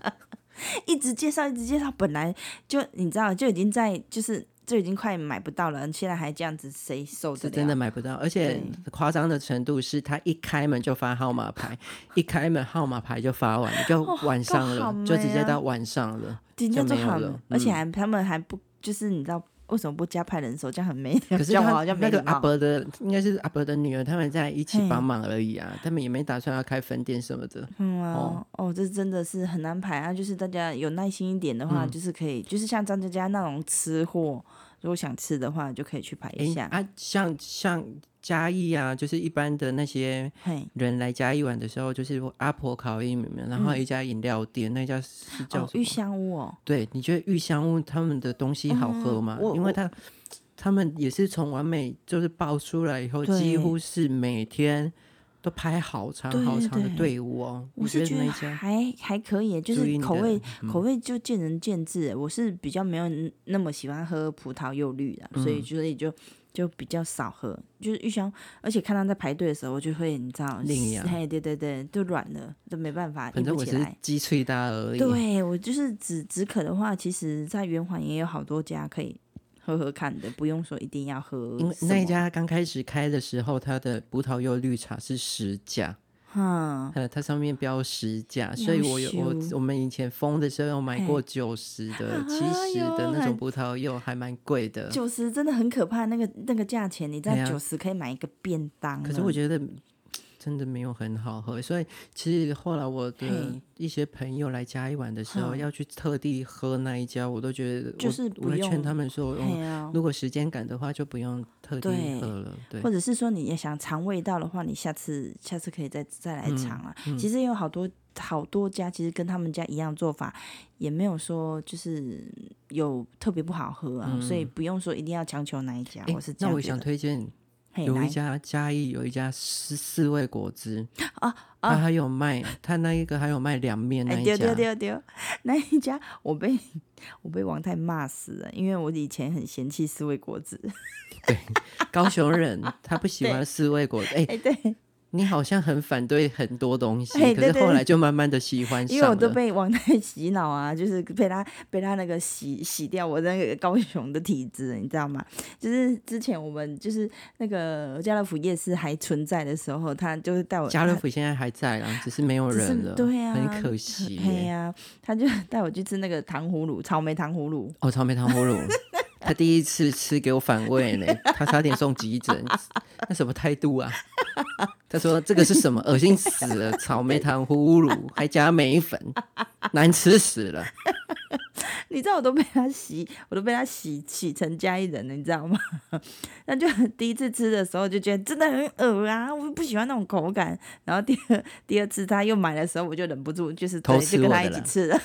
Speaker 2: 一直介绍，一直介绍，本来就你知道就已经在就是就已经快买不到了，现在还这样子，谁受得
Speaker 1: 是
Speaker 2: 了？
Speaker 1: 真的买不到。而且夸张的程度是，他一开门就发号码牌， <laughs> 一开门号码牌就发完了，就
Speaker 2: 哦
Speaker 1: 晚
Speaker 2: 够
Speaker 1: 上了，
Speaker 2: 好
Speaker 1: 就直
Speaker 2: 美
Speaker 1: 接
Speaker 2: 啊 <laughs>
Speaker 1: 到晚上了。
Speaker 2: 人家
Speaker 1: 就
Speaker 2: 就
Speaker 1: 没有
Speaker 2: 好
Speaker 1: 了嗯
Speaker 2: 而且还他们还不就是你知道为什么不加派人手？这样很没，
Speaker 1: 可是
Speaker 2: <laughs> 这样我啊
Speaker 1: 他
Speaker 2: 好像
Speaker 1: 那
Speaker 2: 没礼
Speaker 1: 个阿
Speaker 2: 貌。
Speaker 1: 伯的，应该是阿伯的女儿，他们在一起
Speaker 2: 嘿
Speaker 1: 帮忙而已啊，他们也没打算要开分店什么的。
Speaker 2: 嗯啊，哦，这真的是很难排啊！就是大家有耐心一点的
Speaker 1: 嗯
Speaker 2: 话，就是可以，就是像张家佳那种吃货，如果想吃的话，就可以去排一
Speaker 1: 诶
Speaker 2: 下。
Speaker 1: 啊，像像嘉义啊，就是一般的那些
Speaker 2: 嘿，
Speaker 1: 人来嘉义玩的时候，就是阿婆烤玉米嘛，然后一家饮料店，那家是叫
Speaker 2: 嗯哦，
Speaker 1: 什
Speaker 2: 玉
Speaker 1: 么？
Speaker 2: 香屋哦，
Speaker 1: 对，你觉得玉香屋他们的东西好喝吗？
Speaker 2: 嗯我
Speaker 1: 因为他他们也是从完美就是爆出来以后，
Speaker 2: 对
Speaker 1: 几乎是每天都排好长
Speaker 2: 对
Speaker 1: 好
Speaker 2: 对
Speaker 1: 长的
Speaker 2: 对
Speaker 1: 队伍哦。
Speaker 2: 我
Speaker 1: 你
Speaker 2: 是
Speaker 1: 觉
Speaker 2: 觉
Speaker 1: 得
Speaker 2: 得
Speaker 1: 那家
Speaker 2: 还还可以，就
Speaker 1: 注意
Speaker 2: 是
Speaker 1: 你
Speaker 2: 口
Speaker 1: 的嗯
Speaker 2: 味口味就见仁见智。我是比较没有那么喜欢喝葡萄柚绿的，所
Speaker 1: 嗯
Speaker 2: 以所以就就比较少喝。就是玉香，而且看到在排队的时候，我就会你知道，
Speaker 1: 另养
Speaker 2: 嘿，对对对，就软了，就没办法，
Speaker 1: 反
Speaker 2: 硬
Speaker 1: 正
Speaker 2: 不
Speaker 1: 我
Speaker 2: 起
Speaker 1: 只是
Speaker 2: 来。
Speaker 1: 鸡脆搭而已。
Speaker 2: 对我就是止止渴的话，其实在圆环也有好多家可以喝喝看的，不用说一定要喝
Speaker 1: 因为
Speaker 2: 什
Speaker 1: 那一
Speaker 2: 么，
Speaker 1: 家刚开始开的时候，它的葡萄柚绿茶是十价，
Speaker 2: 哈，
Speaker 1: 呃，它上面标十价，所以我有我
Speaker 2: 羞
Speaker 1: 我们以前封的时候有买过九十
Speaker 2: 啊
Speaker 1: 的、七十的那
Speaker 2: 哎呦
Speaker 1: 种葡萄柚，还蛮贵的。
Speaker 2: 九十真的很可怕，那个那个价钱，你
Speaker 1: 哎
Speaker 2: 在
Speaker 1: 呀
Speaker 2: 九十可以买一个便当了。
Speaker 1: 可是我觉得真的没有很好喝，所以其实后来我的
Speaker 2: 嘿
Speaker 1: 一些朋友来嘉义玩的时候，
Speaker 2: 哼
Speaker 1: 要去特地喝那一家，我都觉得我
Speaker 2: 就是不
Speaker 1: 我会劝
Speaker 2: 用
Speaker 1: 他们说，
Speaker 2: 嘿
Speaker 1: 嗯，
Speaker 2: 啊，
Speaker 1: 如果时间赶的话，就不用特地
Speaker 2: 对
Speaker 1: 喝了。对
Speaker 2: 或，者是说你也想尝味道的话，你下次下次可以再再
Speaker 1: 嗯
Speaker 2: 来尝啊。其实有好多好多家，其实跟他们家一样做法，也没有说就是有特别不好喝啊，所以不用说一定要强求哪一家。
Speaker 1: 嗯诶
Speaker 2: 我是这
Speaker 1: 那
Speaker 2: 样
Speaker 1: 我
Speaker 2: 觉
Speaker 1: 想
Speaker 2: 得
Speaker 1: 推荐
Speaker 2: 嘿
Speaker 1: 有
Speaker 2: 来
Speaker 1: 一家嘉义有一家四四味果汁
Speaker 2: 啊
Speaker 1: 它还有卖，它那一个还有卖凉面那
Speaker 2: 哎，
Speaker 1: 一
Speaker 2: 丢
Speaker 1: 家，
Speaker 2: 丢丢丢，那一家我被 <laughs> 我被王太骂死了，因为我以前很嫌弃四味果子。 <laughs>
Speaker 1: 高雄人他不喜欢四味果汁。哎、
Speaker 2: 哎，对，
Speaker 1: 你好像很反对很多东西，
Speaker 2: 哎
Speaker 1: 可
Speaker 2: 对
Speaker 1: 是
Speaker 2: 对
Speaker 1: 后
Speaker 2: 对
Speaker 1: 来就慢慢的喜欢
Speaker 2: 因为我
Speaker 1: 上
Speaker 2: 都
Speaker 1: 了。
Speaker 2: 被王太 <laughs> 洗脑啊，就是被他被他那个洗洗掉我那个高雄的体质，你知道吗？就是之前我们就是那个家乐福夜市还存在的时候，他就是带我
Speaker 1: 家乐福现在还在啦，只是没有
Speaker 2: 只是
Speaker 1: 人了，
Speaker 2: 对啊
Speaker 1: 很可惜耶。
Speaker 2: 嘿呀、他就 <laughs> 带我去吃那个糖葫芦，草莓糖葫芦。 <laughs>
Speaker 1: 哦，草莓糖葫芦，他第一次吃给我反胃呢，他差点送急诊，那什么态度啊？他说这个是什么？恶心死了！草莓糖葫芦还加梅粉，难吃死了。
Speaker 2: 你知道我都被他洗，我都被他洗洗成家一人了，你知道吗？ <laughs> 那就第一次吃的时候就觉得真的很恶啊，我不喜欢那种口感。然后第二第二次他又买的时候，我就忍不住就是
Speaker 1: 偷
Speaker 2: 对
Speaker 1: 吃
Speaker 2: 就跟
Speaker 1: 我
Speaker 2: 他
Speaker 1: 的
Speaker 2: 一起
Speaker 1: 啦
Speaker 2: 吃了。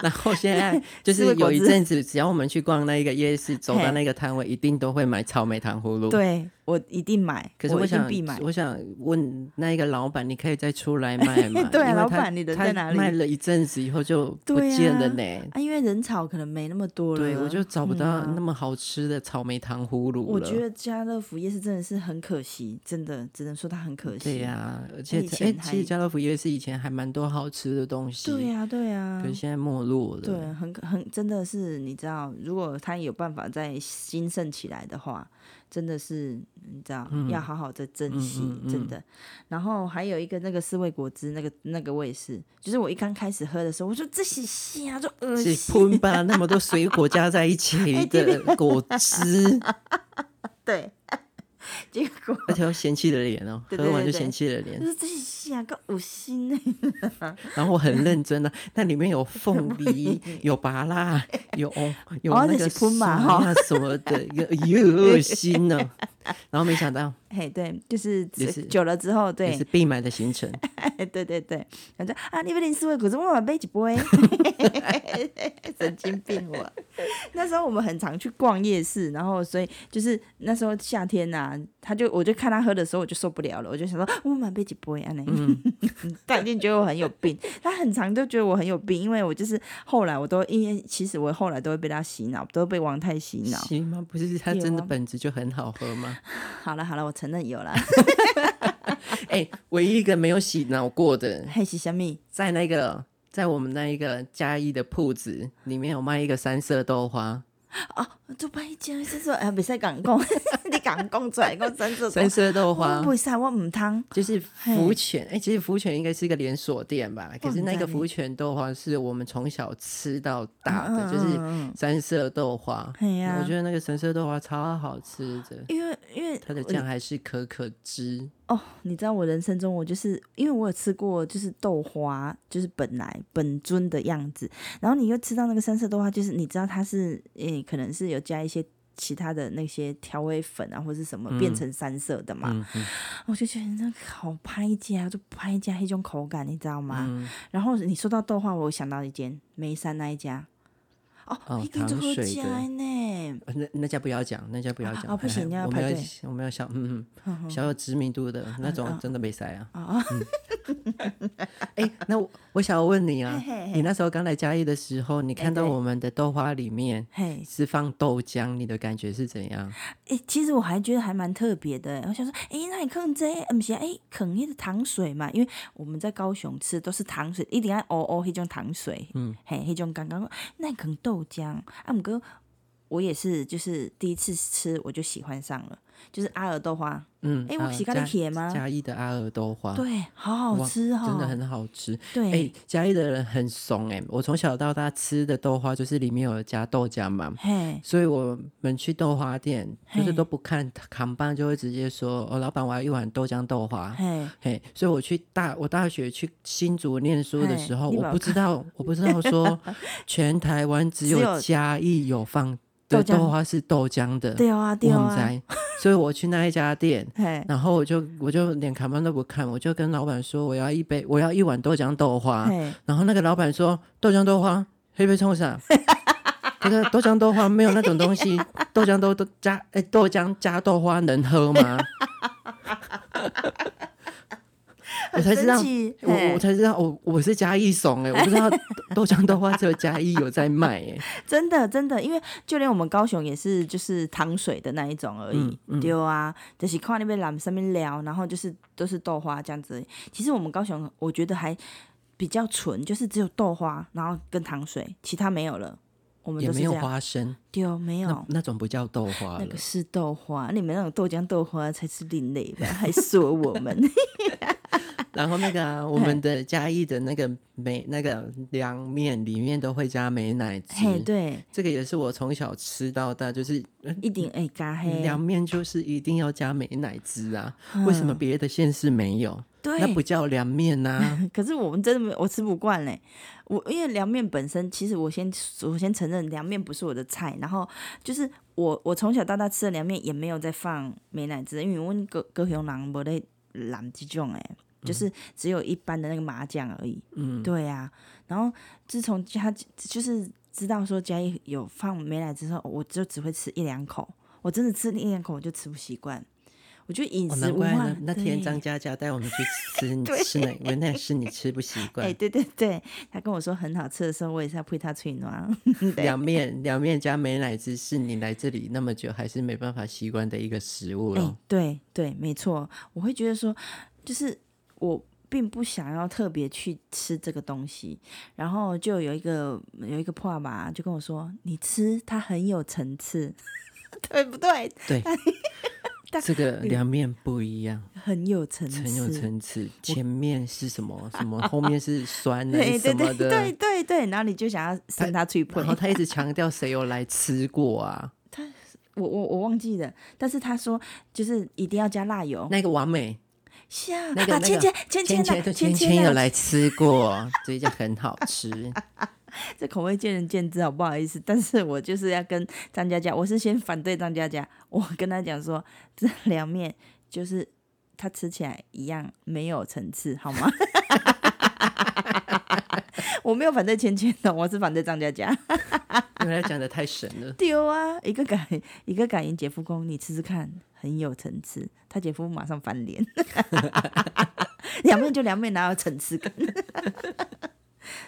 Speaker 1: 然后现
Speaker 2: <laughs>
Speaker 1: 在就
Speaker 2: 四
Speaker 1: 是
Speaker 2: 味
Speaker 1: 有
Speaker 2: 果
Speaker 1: 一
Speaker 2: 汁
Speaker 1: 阵子，只要我们去逛那一个夜市，走到
Speaker 2: 嘿
Speaker 1: 那个摊位，一定都会买草莓糖葫芦。。
Speaker 2: 对我一定买，
Speaker 1: 可是
Speaker 2: 我一定
Speaker 1: 想
Speaker 2: 必买，。？
Speaker 1: 我想问那一个老板，你可以再出来卖吗
Speaker 2: <laughs> 对啊
Speaker 1: 因为
Speaker 2: 老
Speaker 1: 他
Speaker 2: 板你人
Speaker 1: 他
Speaker 2: 在哪里
Speaker 1: 卖了一阵子以后就不
Speaker 2: 对
Speaker 1: 见了
Speaker 2: 啊
Speaker 1: 呢。
Speaker 2: 啊，因为人潮可能没那么多了。
Speaker 1: 对，我就找不
Speaker 2: 嗯
Speaker 1: 到
Speaker 2: 啊
Speaker 1: 那么好吃的草莓糖葫芦了。
Speaker 2: 我觉得家乐福夜市真的是很可惜，真的只能说它很可惜。
Speaker 1: 嗯对呀、而且
Speaker 2: 以
Speaker 1: 哎、
Speaker 2: 前还
Speaker 1: 其实家乐福夜市以前还蛮多好吃的东西，
Speaker 2: 对、呀、对呀、
Speaker 1: 可是现在没落了。
Speaker 2: 对，啊很可很真的是，你知道，如果他有办法再兴盛起来的话，真的是你知道、要好好的珍惜，
Speaker 1: 嗯嗯
Speaker 2: 真的。然后还有一个那个四味果汁，那个那个我也是，就是我一刚开始喝的时候，我说这是虾，就恶
Speaker 1: 是
Speaker 2: 心。
Speaker 1: 喷
Speaker 2: <laughs>
Speaker 1: 吧，那么多水果加在一
Speaker 2: 哎
Speaker 1: 起的果汁，
Speaker 2: 对， <laughs> 结果
Speaker 1: 而且又嫌弃的脸哦，
Speaker 2: <laughs> 对
Speaker 1: 喝完
Speaker 2: 对
Speaker 1: 就
Speaker 2: 对对
Speaker 1: 嫌弃的
Speaker 2: 就
Speaker 1: 脸。
Speaker 2: 是这是虾个恶心呢。
Speaker 1: 然后我很认真的、那里面有凤梨，有芭拉，有有
Speaker 2: <laughs> 哦
Speaker 1: 那
Speaker 2: 那
Speaker 1: 个
Speaker 2: 是喷吧
Speaker 1: 酸啊什么的，有有恶心呢。然后没想到
Speaker 2: 嘿，哎对，就是
Speaker 1: 也是
Speaker 2: 久了之后，对哎
Speaker 1: 也是，必买的行
Speaker 2: <laughs>
Speaker 1: 程。
Speaker 2: 对对对，反正啊，你不零四味果汁，我买杯几杯， <laughs> 神经病我。那时候我们很常去逛夜市，然后所以就是那时候夏天呐、他就我就看他喝的时候，我就受不了了，我就想说，我买杯几杯啊，那、
Speaker 1: 嗯
Speaker 2: <laughs> 他一定觉得我很有病，他很常就觉得我很有病，因为我就是后来我都因为其实我后来都会被他洗脑，都被王太洗脑。
Speaker 1: 行吗？不是，它
Speaker 2: 有
Speaker 1: 真的
Speaker 2: 啊
Speaker 1: 本质就很好喝吗？
Speaker 2: 好了好了，我承认有了， <laughs>
Speaker 1: 哎、唯一一个没有洗脑过的，
Speaker 2: 嘿，是虾米？
Speaker 1: 在那个在我们那一个嘉义的铺子里面有卖一个三色豆花，
Speaker 2: 做歹食，说说哎，袂使共讲， <laughs> 你共讲出来，讲真做
Speaker 1: 三色豆
Speaker 2: 我
Speaker 1: 花。
Speaker 2: 袂使，我毋通。
Speaker 1: 就是福泉，哎、其实福泉应该是一个连锁店吧，可是那
Speaker 2: 很
Speaker 1: 个
Speaker 2: 赞
Speaker 1: 福泉豆花是我们从小吃到大的，
Speaker 2: 嗯
Speaker 1: 就是
Speaker 2: 嗯嗯
Speaker 1: 三色豆花。
Speaker 2: 嘿呀
Speaker 1: 我觉得那个三色豆花超好吃的，
Speaker 2: 因为因为
Speaker 1: 它的酱还是可可汁。
Speaker 2: 哦，你知道我人生中我就是因为我有吃过就是豆花，就是本来本尊的样子，然后你又吃到那个三色豆花，就是你知道它是诶、可能是有加一些其他的那些调味粉啊或是什么变成三色的嘛，
Speaker 1: 嗯嗯
Speaker 2: 我就觉得那个好拍家就拍家一种口感，你知道吗？
Speaker 1: 嗯，
Speaker 2: 然后你说到豆花，我想到一间眉山那一家。哦，
Speaker 1: 哦
Speaker 2: 一定就
Speaker 1: 糖
Speaker 2: 喝
Speaker 1: 水的
Speaker 2: 家呢，
Speaker 1: 呃那那家不要讲，那家不要讲，
Speaker 2: 啊不行
Speaker 1: 嘿
Speaker 2: 要
Speaker 1: 我们
Speaker 2: 排
Speaker 1: 要
Speaker 2: 队
Speaker 1: 我们要小嗯嗯小有知名度的那种，真的没塞啊。
Speaker 2: 啊、嗯哦，
Speaker 1: 哎，那我我想要问你啊
Speaker 2: 嘿嘿，嘿
Speaker 1: 你那时候刚来嘉义的时候，你看到
Speaker 2: 对
Speaker 1: 我们的豆花里面
Speaker 2: 嘿，
Speaker 1: 是放豆浆，你的感觉是怎样？
Speaker 2: 诶、其实我还觉得还蛮特别的、我想说，诶、那你啃这呃个，不是啊诶，啃那个糖水嘛，因为我们在高雄吃的都是糖水，一定要哦哦那种糖水，嗯，嘿，那种刚刚那你啃豆浆，啊，姆哥，我也是，就是第一次吃我就喜欢上了，就是阿尔豆花，
Speaker 1: 嗯，
Speaker 2: 诶我
Speaker 1: 啊
Speaker 2: 洗咖喱
Speaker 1: 嘉
Speaker 2: 铁吗
Speaker 1: 嘉义的阿尔豆花，
Speaker 2: 对，好好
Speaker 1: 哇
Speaker 2: 吃哦，
Speaker 1: 真的很好吃。
Speaker 2: 对，
Speaker 1: 哎，嘉义的人很怂哎，我从小到大吃的豆花就是里面有加豆浆嘛，
Speaker 2: 嘿，
Speaker 1: 所以我们去豆花店，就是
Speaker 2: 嘿
Speaker 1: 都不看扛棒，就会直接说：“哦，老板，我要一碗豆浆豆花。
Speaker 2: 嘿，”
Speaker 1: 嘿，所以我去大我大学去新竹念书的
Speaker 2: 嘿
Speaker 1: 时候，
Speaker 2: 你
Speaker 1: 我
Speaker 2: 把
Speaker 1: 不知道，我不知道
Speaker 2: <laughs>
Speaker 1: 说全台湾只
Speaker 2: 只
Speaker 1: 有
Speaker 2: 有
Speaker 1: 嘉义有放
Speaker 2: 豆
Speaker 1: 的
Speaker 2: 浆
Speaker 1: 豆花是豆浆
Speaker 2: <laughs>
Speaker 1: 的，
Speaker 2: 对啊，对
Speaker 1: 我
Speaker 2: 啊
Speaker 1: 很，
Speaker 2: <laughs>
Speaker 1: 栽。所以我去那一家店，
Speaker 2: 嘿，
Speaker 1: 然后我就我就连扛棒都不看，我就跟老板说：“我要一杯，我要一碗豆浆豆花。”
Speaker 2: 嘿，
Speaker 1: 然后那个老板说：“豆浆豆花，黑杯冲
Speaker 2: <laughs>
Speaker 1: 啥？”那个豆浆豆花没有那种东西，豆浆豆都加哎、豆浆加豆花能喝吗？我才知道
Speaker 2: 很神，奇
Speaker 1: 我我
Speaker 2: 嘿
Speaker 1: 才知道，我我是嘉义怂哎、我不知道豆浆豆花只有嘉义有在卖哎、
Speaker 2: 真的真的，因为就连我们高雄也是就是糖水的那一种而
Speaker 1: 嗯
Speaker 2: 已，对啊，就是看那边蓝上面聊，然后就是都是豆花这样子而已。其实我们高雄我觉得还比较纯，就是只有豆花，然后跟糖水，其他没有了。 <laughs> 我们
Speaker 1: 也
Speaker 2: 都是
Speaker 1: 没
Speaker 2: 这
Speaker 1: 有
Speaker 2: 样，
Speaker 1: 花生，
Speaker 2: 对，哦没
Speaker 1: 那
Speaker 2: 有。
Speaker 1: 那种不叫豆花
Speaker 2: 那
Speaker 1: 了
Speaker 2: 个。是豆花，你们那种豆浆豆花才是另类吧？还说我
Speaker 1: <laughs>
Speaker 2: 们
Speaker 1: 然后那个啊、我们的嘉义的那个美那个凉面里面都会加美乃
Speaker 2: 嘿，
Speaker 1: 滋，
Speaker 2: 对，
Speaker 1: 这个也是我从小吃到大，就是呃
Speaker 2: 一定哎加黑，
Speaker 1: 凉面就是一定要加美乃滋啊，为什么别的县市没有？
Speaker 2: 嗯对，
Speaker 1: 那不叫凉面啊
Speaker 2: <laughs>
Speaker 1: 呐
Speaker 2: 可是我们真的没有，我吃不惯嘞。我因为凉面本身，其实我先我先承认凉面不是我的菜。然后就是我我从小到大吃的凉面也没有在放美乃滋，因为我们高高雄人无咧染这种诶，
Speaker 1: 嗯
Speaker 2: 就是只有一般的那个麻酱而已。嗯，对呀、然后自从家就是知道说家里有放美乃滋之后，我就只会吃一两口。我真的吃一两口我就吃不习惯。我觉得饮
Speaker 1: 哦，
Speaker 2: 食
Speaker 1: 难
Speaker 2: 无
Speaker 1: 怪
Speaker 2: 法、
Speaker 1: 呢。那天
Speaker 2: 对
Speaker 1: 张佳佳带我
Speaker 2: <laughs>
Speaker 1: 们去吃，你吃那原来是你吃不习
Speaker 2: 哎、
Speaker 1: 惯
Speaker 2: 对对对，他跟我说很好吃的时候，我也是要配他吹暖。啊对
Speaker 1: 凉面，凉面加美乃滋是你来这里那么久还是没办法习惯的一个食物
Speaker 2: 哎、
Speaker 1: 咯。
Speaker 2: 对对，没错，我会觉得说，就是我并不想要特别去吃这个东西。然后就有一个有一个破吧，就跟我说，你吃它很有层次， <laughs> 对不对？哎
Speaker 1: 这个凉面不一样，
Speaker 2: 很有层次，
Speaker 1: 很有层次，前面是什么什
Speaker 2: <laughs>
Speaker 1: 么，后面是酸的
Speaker 2: 对
Speaker 1: 什
Speaker 2: 对
Speaker 1: 么
Speaker 2: 对对
Speaker 1: 的。
Speaker 2: 对对，然后你就想要扇他脆破
Speaker 1: 然。后他一直强调谁有来吃过啊？
Speaker 2: 我我我忘记了，但是他说就是一定要加辣油，
Speaker 1: 那个王美，
Speaker 2: 像
Speaker 1: 那个
Speaker 2: 啊
Speaker 1: 那
Speaker 2: 芊
Speaker 1: 个
Speaker 2: 芊
Speaker 1: 芊
Speaker 2: 芊芊
Speaker 1: 芊
Speaker 2: 啊
Speaker 1: 对芊
Speaker 2: 芊
Speaker 1: 芊
Speaker 2: 啊
Speaker 1: 有来吃过，这一家很好吃。
Speaker 2: 这口味见仁见智，好不好意思？但是我就是要跟张佳佳，我是先反对张佳佳，我跟她讲说，这凉面就是它吃起来一样没有层次，好吗？ <laughs> 我没有反对芊芊的，我是反对张佳佳。
Speaker 1: 因为他讲的太神了。
Speaker 2: 丢啊，一个感 <laughs> 一个感言姐夫公，你吃吃看，很有层次。他姐夫马上翻脸， <laughs> 凉面就凉面，哪有层次感？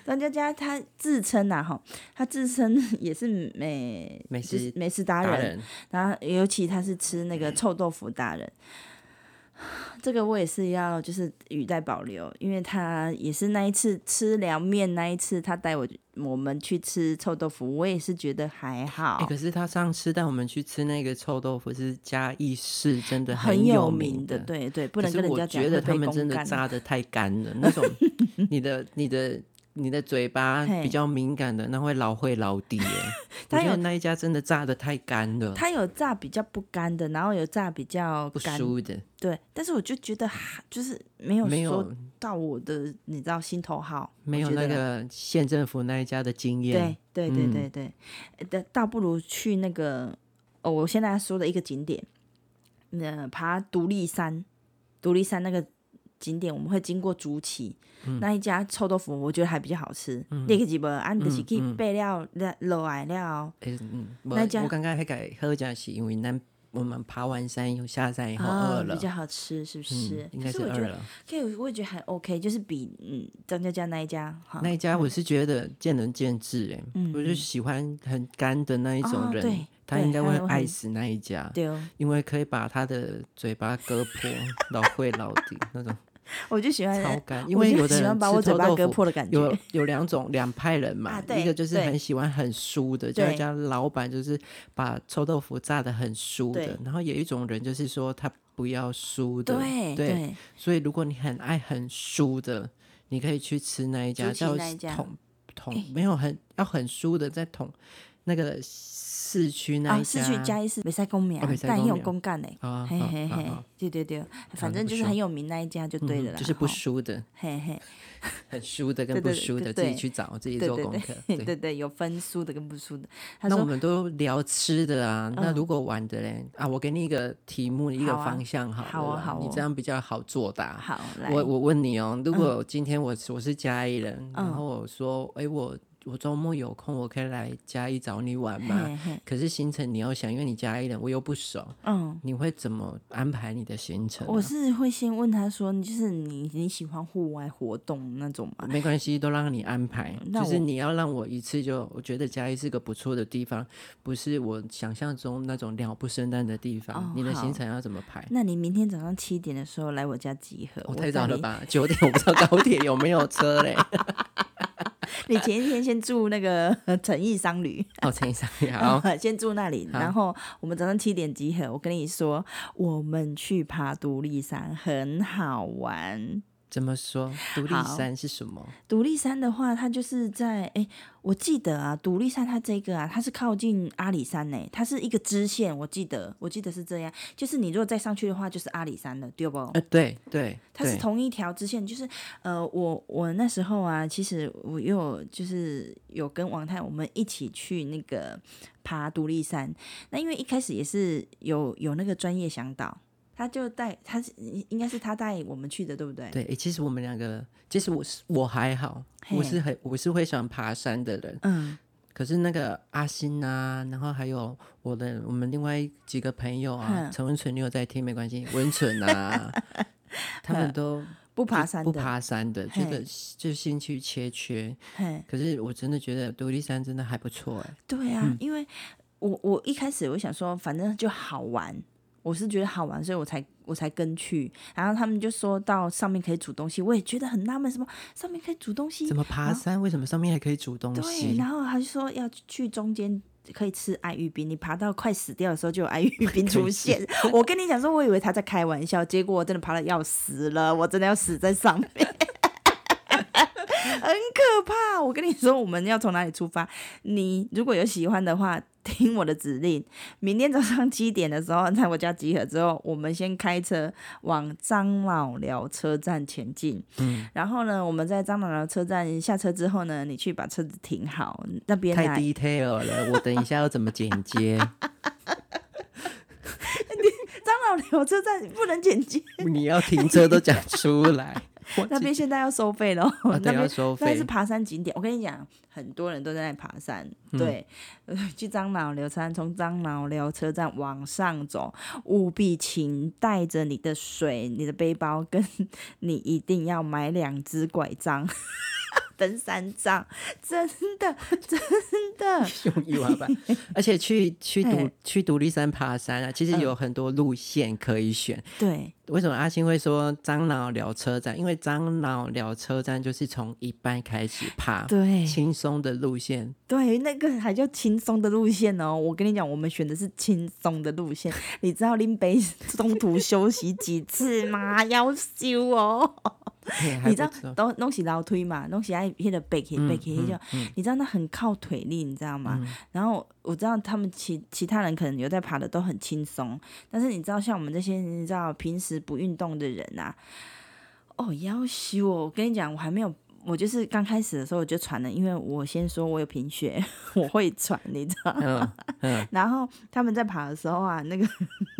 Speaker 2: 张佳佳她自称啊，哈，她自称也是美
Speaker 1: 美
Speaker 2: 就是
Speaker 1: 食
Speaker 2: 美食达
Speaker 1: 达
Speaker 2: 人，
Speaker 1: 人，嗯
Speaker 2: 然后尤其她是吃那个臭豆腐达人。 <sighs> 这个我也是要就是语带保留，因为他也是那一次吃凉面那一次，他带我我们去吃臭豆腐，我也是觉得还好，
Speaker 1: 哎、可是他上次带我们去吃那个臭豆腐是嘉义市，真的
Speaker 2: 很
Speaker 1: 有
Speaker 2: 名
Speaker 1: 的。
Speaker 2: 对对，不
Speaker 1: 可
Speaker 2: 能
Speaker 1: 是
Speaker 2: 跟人
Speaker 1: 我
Speaker 2: 家讲
Speaker 1: 觉
Speaker 2: 会
Speaker 1: 得
Speaker 2: 被
Speaker 1: 他们真的
Speaker 2: 公干啊
Speaker 1: 炸的太干
Speaker 2: <laughs>
Speaker 1: 了，那种你的你的你的嘴巴
Speaker 2: 嘿
Speaker 1: 比较敏感的，那会老会老底耶。我
Speaker 2: <laughs> 他
Speaker 1: 觉
Speaker 2: 有
Speaker 1: 得那一家真的炸的太干了，
Speaker 2: 它有炸比较不干的，然后有炸比较
Speaker 1: 不
Speaker 2: 干，
Speaker 1: 输的，
Speaker 2: 对。但是我就觉得哈就是没有
Speaker 1: 没
Speaker 2: 说
Speaker 1: 有
Speaker 2: 到我的，你知道心头好，
Speaker 1: 没有
Speaker 2: 我觉
Speaker 1: 那
Speaker 2: 得
Speaker 1: 个县政府那一家的经验
Speaker 2: 对。对对
Speaker 1: 嗯
Speaker 2: 对对，但、倒不如去那个哦，我现在说的一个景点，那、爬独立山，独立山那个景点我们会经过竹崎、
Speaker 1: 嗯
Speaker 2: 那一家臭豆腐，我觉得还比较好吃。那个几本啊，你就是去
Speaker 1: 嗯
Speaker 2: 备料那落来了，
Speaker 1: 诶嗯，我
Speaker 2: 那家
Speaker 1: 我刚刚还改喝讲是因为那我们爬完山有下山以后
Speaker 2: 啊
Speaker 1: 哎饿了
Speaker 2: 比，较好吃，是不是？
Speaker 1: 嗯，应该
Speaker 2: 可
Speaker 1: 是
Speaker 2: 我觉
Speaker 1: 饿
Speaker 2: 得啊
Speaker 1: 了。
Speaker 2: 可以，我也觉得还 OK，就是比嗯张家佳那一家好。
Speaker 1: 那一家我是觉得见仁见智哎、
Speaker 2: 嗯
Speaker 1: 我就喜欢很干的那一种
Speaker 2: 哦
Speaker 1: 人，
Speaker 2: 对
Speaker 1: 他
Speaker 2: 对
Speaker 1: 应该会
Speaker 2: 还有
Speaker 1: 很
Speaker 2: 很
Speaker 1: 爱死那一家，
Speaker 2: 对哦，
Speaker 1: 因为可以把他的嘴巴割破，老会老底那
Speaker 2: <laughs>
Speaker 1: 种
Speaker 2: 我就喜欢，
Speaker 1: 超干。因
Speaker 2: 哎我
Speaker 1: 为
Speaker 2: 就
Speaker 1: 有的
Speaker 2: 喜欢
Speaker 1: 人
Speaker 2: 把我
Speaker 1: 吃
Speaker 2: 嘴
Speaker 1: 臭
Speaker 2: 巴
Speaker 1: 豆
Speaker 2: 割
Speaker 1: 腐
Speaker 2: 破的感觉。 <laughs>
Speaker 1: 有有两种两派人嘛、
Speaker 2: 啊对
Speaker 1: 一个就是
Speaker 2: 对
Speaker 1: 很喜欢很酥的，就
Speaker 2: 对
Speaker 1: 那家老板就是把臭豆腐炸的很酥的
Speaker 2: 对，
Speaker 1: 然后有一种人就是说他不要酥的，
Speaker 2: 对
Speaker 1: 对所以如果你很爱很酥的，你可以去吃那一家
Speaker 2: 竹崎
Speaker 1: 叫
Speaker 2: 那一家
Speaker 1: 统统、
Speaker 2: 哎
Speaker 1: 没有很要很酥的，在统那个市区那
Speaker 2: 啊，
Speaker 1: 一
Speaker 2: 市
Speaker 1: 家。
Speaker 2: 区嘉义市没赛公名
Speaker 1: 哦，袂使
Speaker 2: 但
Speaker 1: 讲
Speaker 2: 也有
Speaker 1: 名
Speaker 2: 公干嘞。
Speaker 1: 啊，
Speaker 2: 嘿
Speaker 1: 好
Speaker 2: 嘿
Speaker 1: 好
Speaker 2: 嘿
Speaker 1: 好，
Speaker 2: 对对对，反
Speaker 1: 就
Speaker 2: 正
Speaker 1: 不
Speaker 2: 就是
Speaker 1: 说
Speaker 2: 很有名那一家就对了啦。
Speaker 1: 嗯
Speaker 2: 哦
Speaker 1: 就是不
Speaker 2: 吼
Speaker 1: 输的，
Speaker 2: 嘿嘿，
Speaker 1: 很输的跟
Speaker 2: 对
Speaker 1: 不
Speaker 2: 对
Speaker 1: 输的，
Speaker 2: 对
Speaker 1: 自己
Speaker 2: 对
Speaker 1: 去找，自己
Speaker 2: 对
Speaker 1: 做
Speaker 2: 对
Speaker 1: 功
Speaker 2: <laughs>
Speaker 1: 课。
Speaker 2: 嘿对对，有分输的跟不输的。他
Speaker 1: 那我
Speaker 2: 说
Speaker 1: 们都聊吃的啊，那
Speaker 2: 嗯
Speaker 1: 如果玩的嘞啊，我给你一个题目，一个
Speaker 2: 好啊
Speaker 1: 方向好了啦，
Speaker 2: 好啊好
Speaker 1: 你
Speaker 2: 哦
Speaker 1: 这样比较好作答。
Speaker 2: 好来，
Speaker 1: 我我问你哦，如果今天我是我是嘉义人，然
Speaker 2: 嗯
Speaker 1: 后我说，哎，我我周末有空，我可以来嘉义找你玩吗？
Speaker 2: 嘿嘿，
Speaker 1: 可是行程你要想，因为你嘉义人，我又不熟，
Speaker 2: 嗯，
Speaker 1: 你会怎么安排你的行程啊、
Speaker 2: 我是会先问他说，你就是你你喜欢户外活动那种吗？
Speaker 1: 啊没关系，都让你安排，
Speaker 2: 嗯那
Speaker 1: 就是
Speaker 2: 我
Speaker 1: 你要让我一次就，我觉得嘉义是个不错的地方，不是我想象中那种鸟不生蛋的地方。
Speaker 2: 哦
Speaker 1: 你的行
Speaker 2: 好
Speaker 1: 程要怎么排？
Speaker 2: 那你明天早上七点的时候来我家集合。
Speaker 1: 我、
Speaker 2: 我
Speaker 1: 哦太
Speaker 2: 带
Speaker 1: 早了
Speaker 2: 你
Speaker 1: 吧，九点我不知道高铁有没有车嘞。 <laughs>
Speaker 2: 你前一天先住那个 <laughs> 诚毅商旅，
Speaker 1: 哦，陈医生你好，
Speaker 2: <laughs> 先住那里，
Speaker 1: 好
Speaker 2: 然后我们早上七点集合。我跟你说，我们去爬独立山很好玩。
Speaker 1: 怎么说？独立
Speaker 2: 好
Speaker 1: 山是什么？
Speaker 2: 独立山的话，它就是在哎，我记得啊，独立山它这个啊，它是靠近阿里山呢、它是一个支线，我记得，我记得是这样。就是你如果再上去的话，就是阿里山了，对不？
Speaker 1: 呃，对对，
Speaker 2: 它是
Speaker 1: 对
Speaker 2: 同一条支线，就是呃，我我那时候啊，其实我又有就是有跟王太我们一起去那个爬独立山，那因为一开始也是有有那个专业向导，他就带他是应该是他带我们去的，对不对？
Speaker 1: 对、诶其实我们两个，其实我是我还好，我
Speaker 2: 嘿
Speaker 1: 是很我是会喜欢爬山的人，
Speaker 2: 嗯，
Speaker 1: 可是那个阿星啊，然后还有我的我们另外几个朋友啊，
Speaker 2: 哼
Speaker 1: 陈文纯，你有在听没关系，文纯
Speaker 2: <laughs>
Speaker 1: 啊，他们都
Speaker 2: 不 <laughs> 爬山
Speaker 1: 不
Speaker 2: 的，
Speaker 1: 爬山的，觉得
Speaker 2: 嘿
Speaker 1: 就兴趣缺缺。
Speaker 2: 嘿，
Speaker 1: 可是我真的觉得独立山真的还不错哎、
Speaker 2: 对啊，因为我我一开始我想说，反正就好玩，我是觉得好玩，所以我才我才跟去。然后他们就说到上面可以煮东西，我也觉得很纳闷，什么上面可以煮东西
Speaker 1: 怎？么爬山？为什么上面还可以煮东
Speaker 2: 对，
Speaker 1: 西？
Speaker 2: 然后他就说要去中间。可以吃爱玉冰，你爬到快死掉的时候就有爱玉
Speaker 1: <laughs>
Speaker 2: 冰出现。 <laughs> 我跟你讲说，我以为他在开玩笑，结果我真的爬的要死了，我真的要死在上面， <laughs> 很可怕。我跟你说，我们要从哪里出发？你如果有喜欢的话，听我的指令。明天早上七点的时候，在我家集合之后，我们先开车往张老寮车站前进。
Speaker 1: 嗯
Speaker 2: 然后呢，我们在张老寮车站下车之后呢，你去把车子停好，那边啊
Speaker 1: 太
Speaker 2: 来 <laughs>
Speaker 1: detail 了，我等一下要怎么剪接？
Speaker 2: 张老寮车站不能
Speaker 1: <laughs>
Speaker 2: 剪接，
Speaker 1: 你要停车都讲出来。我
Speaker 2: <laughs> 那边现在要收费喽，
Speaker 1: 啊
Speaker 2: <laughs> 那
Speaker 1: 对要
Speaker 2: 边。
Speaker 1: 收
Speaker 2: 那是
Speaker 1: 费，
Speaker 2: 爬山景点，我跟你讲，很多人都在那里爬山。对， <laughs> 呃去樟脑寮山，从樟脑寮车站往上走，务必请带着你的水、你的背包，跟你一定要买两只拐杖。 <laughs> 登山杖，真的真的，
Speaker 1: <laughs> 用一瓦
Speaker 2: <laughs>
Speaker 1: 半，而且去去独
Speaker 2: 哎
Speaker 1: 去独立山爬山啊，其实
Speaker 2: 嗯
Speaker 1: 有很多路线可以选。
Speaker 2: 对，
Speaker 1: 为什么阿星会说樟脑寮车站？因为樟脑寮车站就是从一半开始爬，
Speaker 2: 对
Speaker 1: 轻松的路线，
Speaker 2: 对，那个还叫轻松的路线哦。我跟你讲，我们选的是轻松的路线。你知道林北中途休息几次吗？ <laughs> 要休哦。
Speaker 1: 嘿还不
Speaker 2: 你知道
Speaker 1: 错。
Speaker 2: 都拢是老推嘛，拢是爱迄个背起背起迄种，你知道那很靠腿力，你知道吗？然后我知道他们其其他人可能有在爬的都很轻松，但是你知道像我们这些你知道平时不运动的人啊，哦，要死我！我跟你讲，我还没有。我就是刚开始的时候我就传了，因为我先说我有贫血， <laughs> 我会喘，你知道吗。
Speaker 1: 嗯嗯，
Speaker 2: 然后他们在爬的时候啊，那个 <laughs>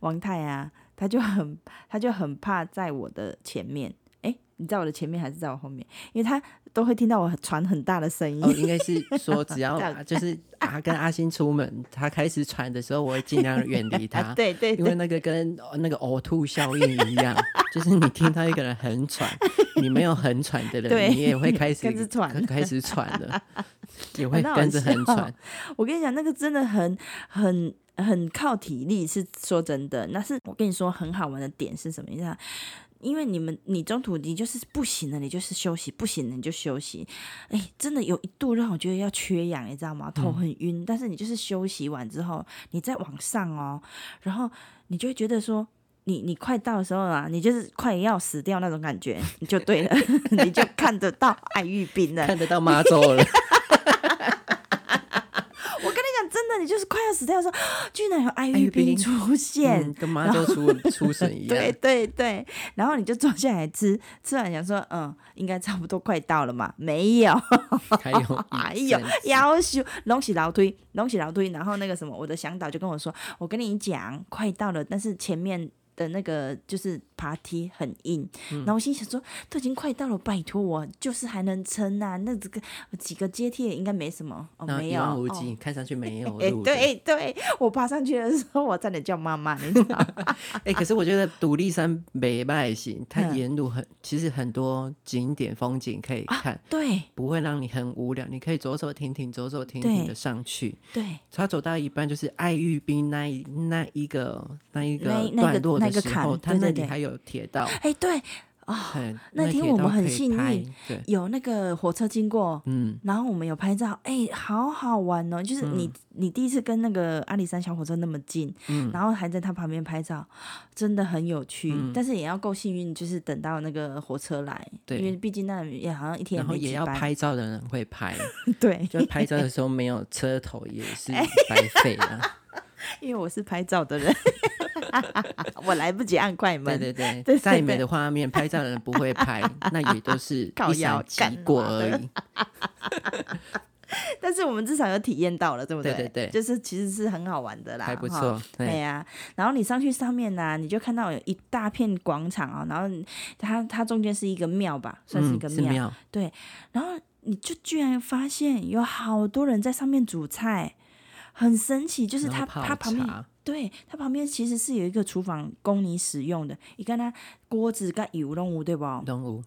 Speaker 2: 王太啊，他就很他就很怕在我的前面，哎，你在我的前面还是在我后面？因为他都会听到我喘很大的声音。
Speaker 1: 哦，应该是说
Speaker 2: <laughs>
Speaker 1: 只
Speaker 2: 这
Speaker 1: 要
Speaker 2: 样
Speaker 1: 就是啊跟阿星出门，他开始喘的时候，我会尽量远离他。
Speaker 2: 啊，对对
Speaker 1: 因
Speaker 2: 对
Speaker 1: 为那个跟呃那个呕吐效应一样，就是你听到一个人很喘，你没有很喘的
Speaker 2: 对
Speaker 1: 人，你也会开始
Speaker 2: <laughs> 开始喘哦
Speaker 1: 开始喘了，也会
Speaker 2: 很好
Speaker 1: 跟着很
Speaker 2: 笑
Speaker 1: 喘。
Speaker 2: 我跟你讲，那个真的很很很靠体力，是说真的。那是我跟你说很好玩的点是什么？你知道，因为你们你中途你就是不行了，你就是休息，不行了你就休息。哎，真的有一度让我觉得要缺氧，你知道吗？头很晕，但是你就是休息完之后，你再往上哦，然后你就会觉得说。你你快到的时候啊，你就是快要死掉那种感觉，你就对了， <laughs> 你就看得到爱玉冰了。
Speaker 1: 看得到妈咒了，
Speaker 2: 我跟你讲，真的，你就是快要死掉的时候， <gasps> 居然有爱
Speaker 1: 爱玉
Speaker 2: 玉冰
Speaker 1: 冰
Speaker 2: 出现
Speaker 1: 嗯，。跟妈咒出出神一
Speaker 2: <laughs> 对
Speaker 1: 样。
Speaker 2: 对对，然后你就坐下来吃，吃完想说，嗯，应该差不多快到了嘛，没有，
Speaker 1: 嗯还有，
Speaker 2: <laughs> 哎呦，要求拢是老推，拢是老推，然后那个什么，我的向导就跟我说，我跟你讲，快到了，但是前面。的那个就是爬梯很硬，
Speaker 1: 嗯
Speaker 2: 然后我心想说，都已经快到了，拜托我就是还能撑啊，那这个几个阶梯也应该没什么哦，
Speaker 1: 那
Speaker 2: 没
Speaker 1: 一
Speaker 2: 有，
Speaker 1: 望无
Speaker 2: 哦
Speaker 1: 际，看上去没有
Speaker 2: 哎、
Speaker 1: 路。
Speaker 2: 对对，我爬上去的时候，我差点叫妈妈，
Speaker 1: <laughs>
Speaker 2: 你知道吗？
Speaker 1: 哎，可是我觉得独立山北迈行，它
Speaker 2: 嗯
Speaker 1: 沿路很其实很多景点风景可以看，
Speaker 2: 对
Speaker 1: 不会让你很无聊。你可以走走停停，走走停停
Speaker 2: 对
Speaker 1: 的上去。
Speaker 2: 对，
Speaker 1: 他走到一半，就是爱玉冰那一那一个那一
Speaker 2: 那
Speaker 1: 个
Speaker 2: 一那个
Speaker 1: 段落
Speaker 2: 那
Speaker 1: 的
Speaker 2: 个
Speaker 1: 时
Speaker 2: 坎
Speaker 1: 候，他
Speaker 2: 对
Speaker 1: 那
Speaker 2: 对
Speaker 1: 里
Speaker 2: 对
Speaker 1: 还有铁道，
Speaker 2: 哎、对，
Speaker 1: 很
Speaker 2: 那天
Speaker 1: 铁
Speaker 2: 我们
Speaker 1: 道
Speaker 2: 很
Speaker 1: 可以
Speaker 2: 幸
Speaker 1: 拍
Speaker 2: 运，
Speaker 1: 对，
Speaker 2: 有那个火车经过，
Speaker 1: 嗯，
Speaker 2: 然后我们有拍照，哎、好好玩哦！就是你、你第一次跟那个阿里山小火车那么近，
Speaker 1: 嗯
Speaker 2: 然后还在它旁边拍照，真的很有趣。
Speaker 1: 嗯
Speaker 2: 但是也要够幸运，就是等到那个火车来，
Speaker 1: 对
Speaker 2: 因为毕竟那也好像一天
Speaker 1: 然
Speaker 2: 也
Speaker 1: 后
Speaker 2: 没
Speaker 1: 也
Speaker 2: 几
Speaker 1: 要
Speaker 2: 班，
Speaker 1: 拍照的人会拍，
Speaker 2: <laughs> 对，
Speaker 1: 就拍照的时候没有车头也是白费啊
Speaker 2: <laughs>
Speaker 1: 了。
Speaker 2: 因为我是拍
Speaker 1: <laughs>
Speaker 2: 照的人，我来不及按快门
Speaker 1: 对。对对，
Speaker 2: 哎对
Speaker 1: 再美
Speaker 2: 对
Speaker 1: 的画面，拍照的人不会拍，
Speaker 2: <laughs>
Speaker 1: 那也都是
Speaker 2: 靠
Speaker 1: 一闪
Speaker 2: 腰干
Speaker 1: 即过
Speaker 2: 嘛
Speaker 1: 而
Speaker 2: 的
Speaker 1: 已。
Speaker 2: 但是我们至少有体验到了，对不对？
Speaker 1: 对对对
Speaker 2: 就是其实是很好玩的啦，
Speaker 1: 还不
Speaker 2: 哈
Speaker 1: 错对
Speaker 2: 对哎呀、然后你上去上面呢、你就看到有一大片广场啊、然后它它中间是一个庙吧，算是一
Speaker 1: 嗯
Speaker 2: 个，
Speaker 1: 是
Speaker 2: 庙，
Speaker 1: 庙，
Speaker 2: 对。然后你就居然发现有好多人在上面煮菜，很神奇，就是
Speaker 1: 然后
Speaker 2: 它
Speaker 1: 泡
Speaker 2: 它旁边
Speaker 1: 茶
Speaker 2: 对，它旁边其实是有一个厨房供你使用的，你看它锅子跟油拢有对不？
Speaker 1: 动物，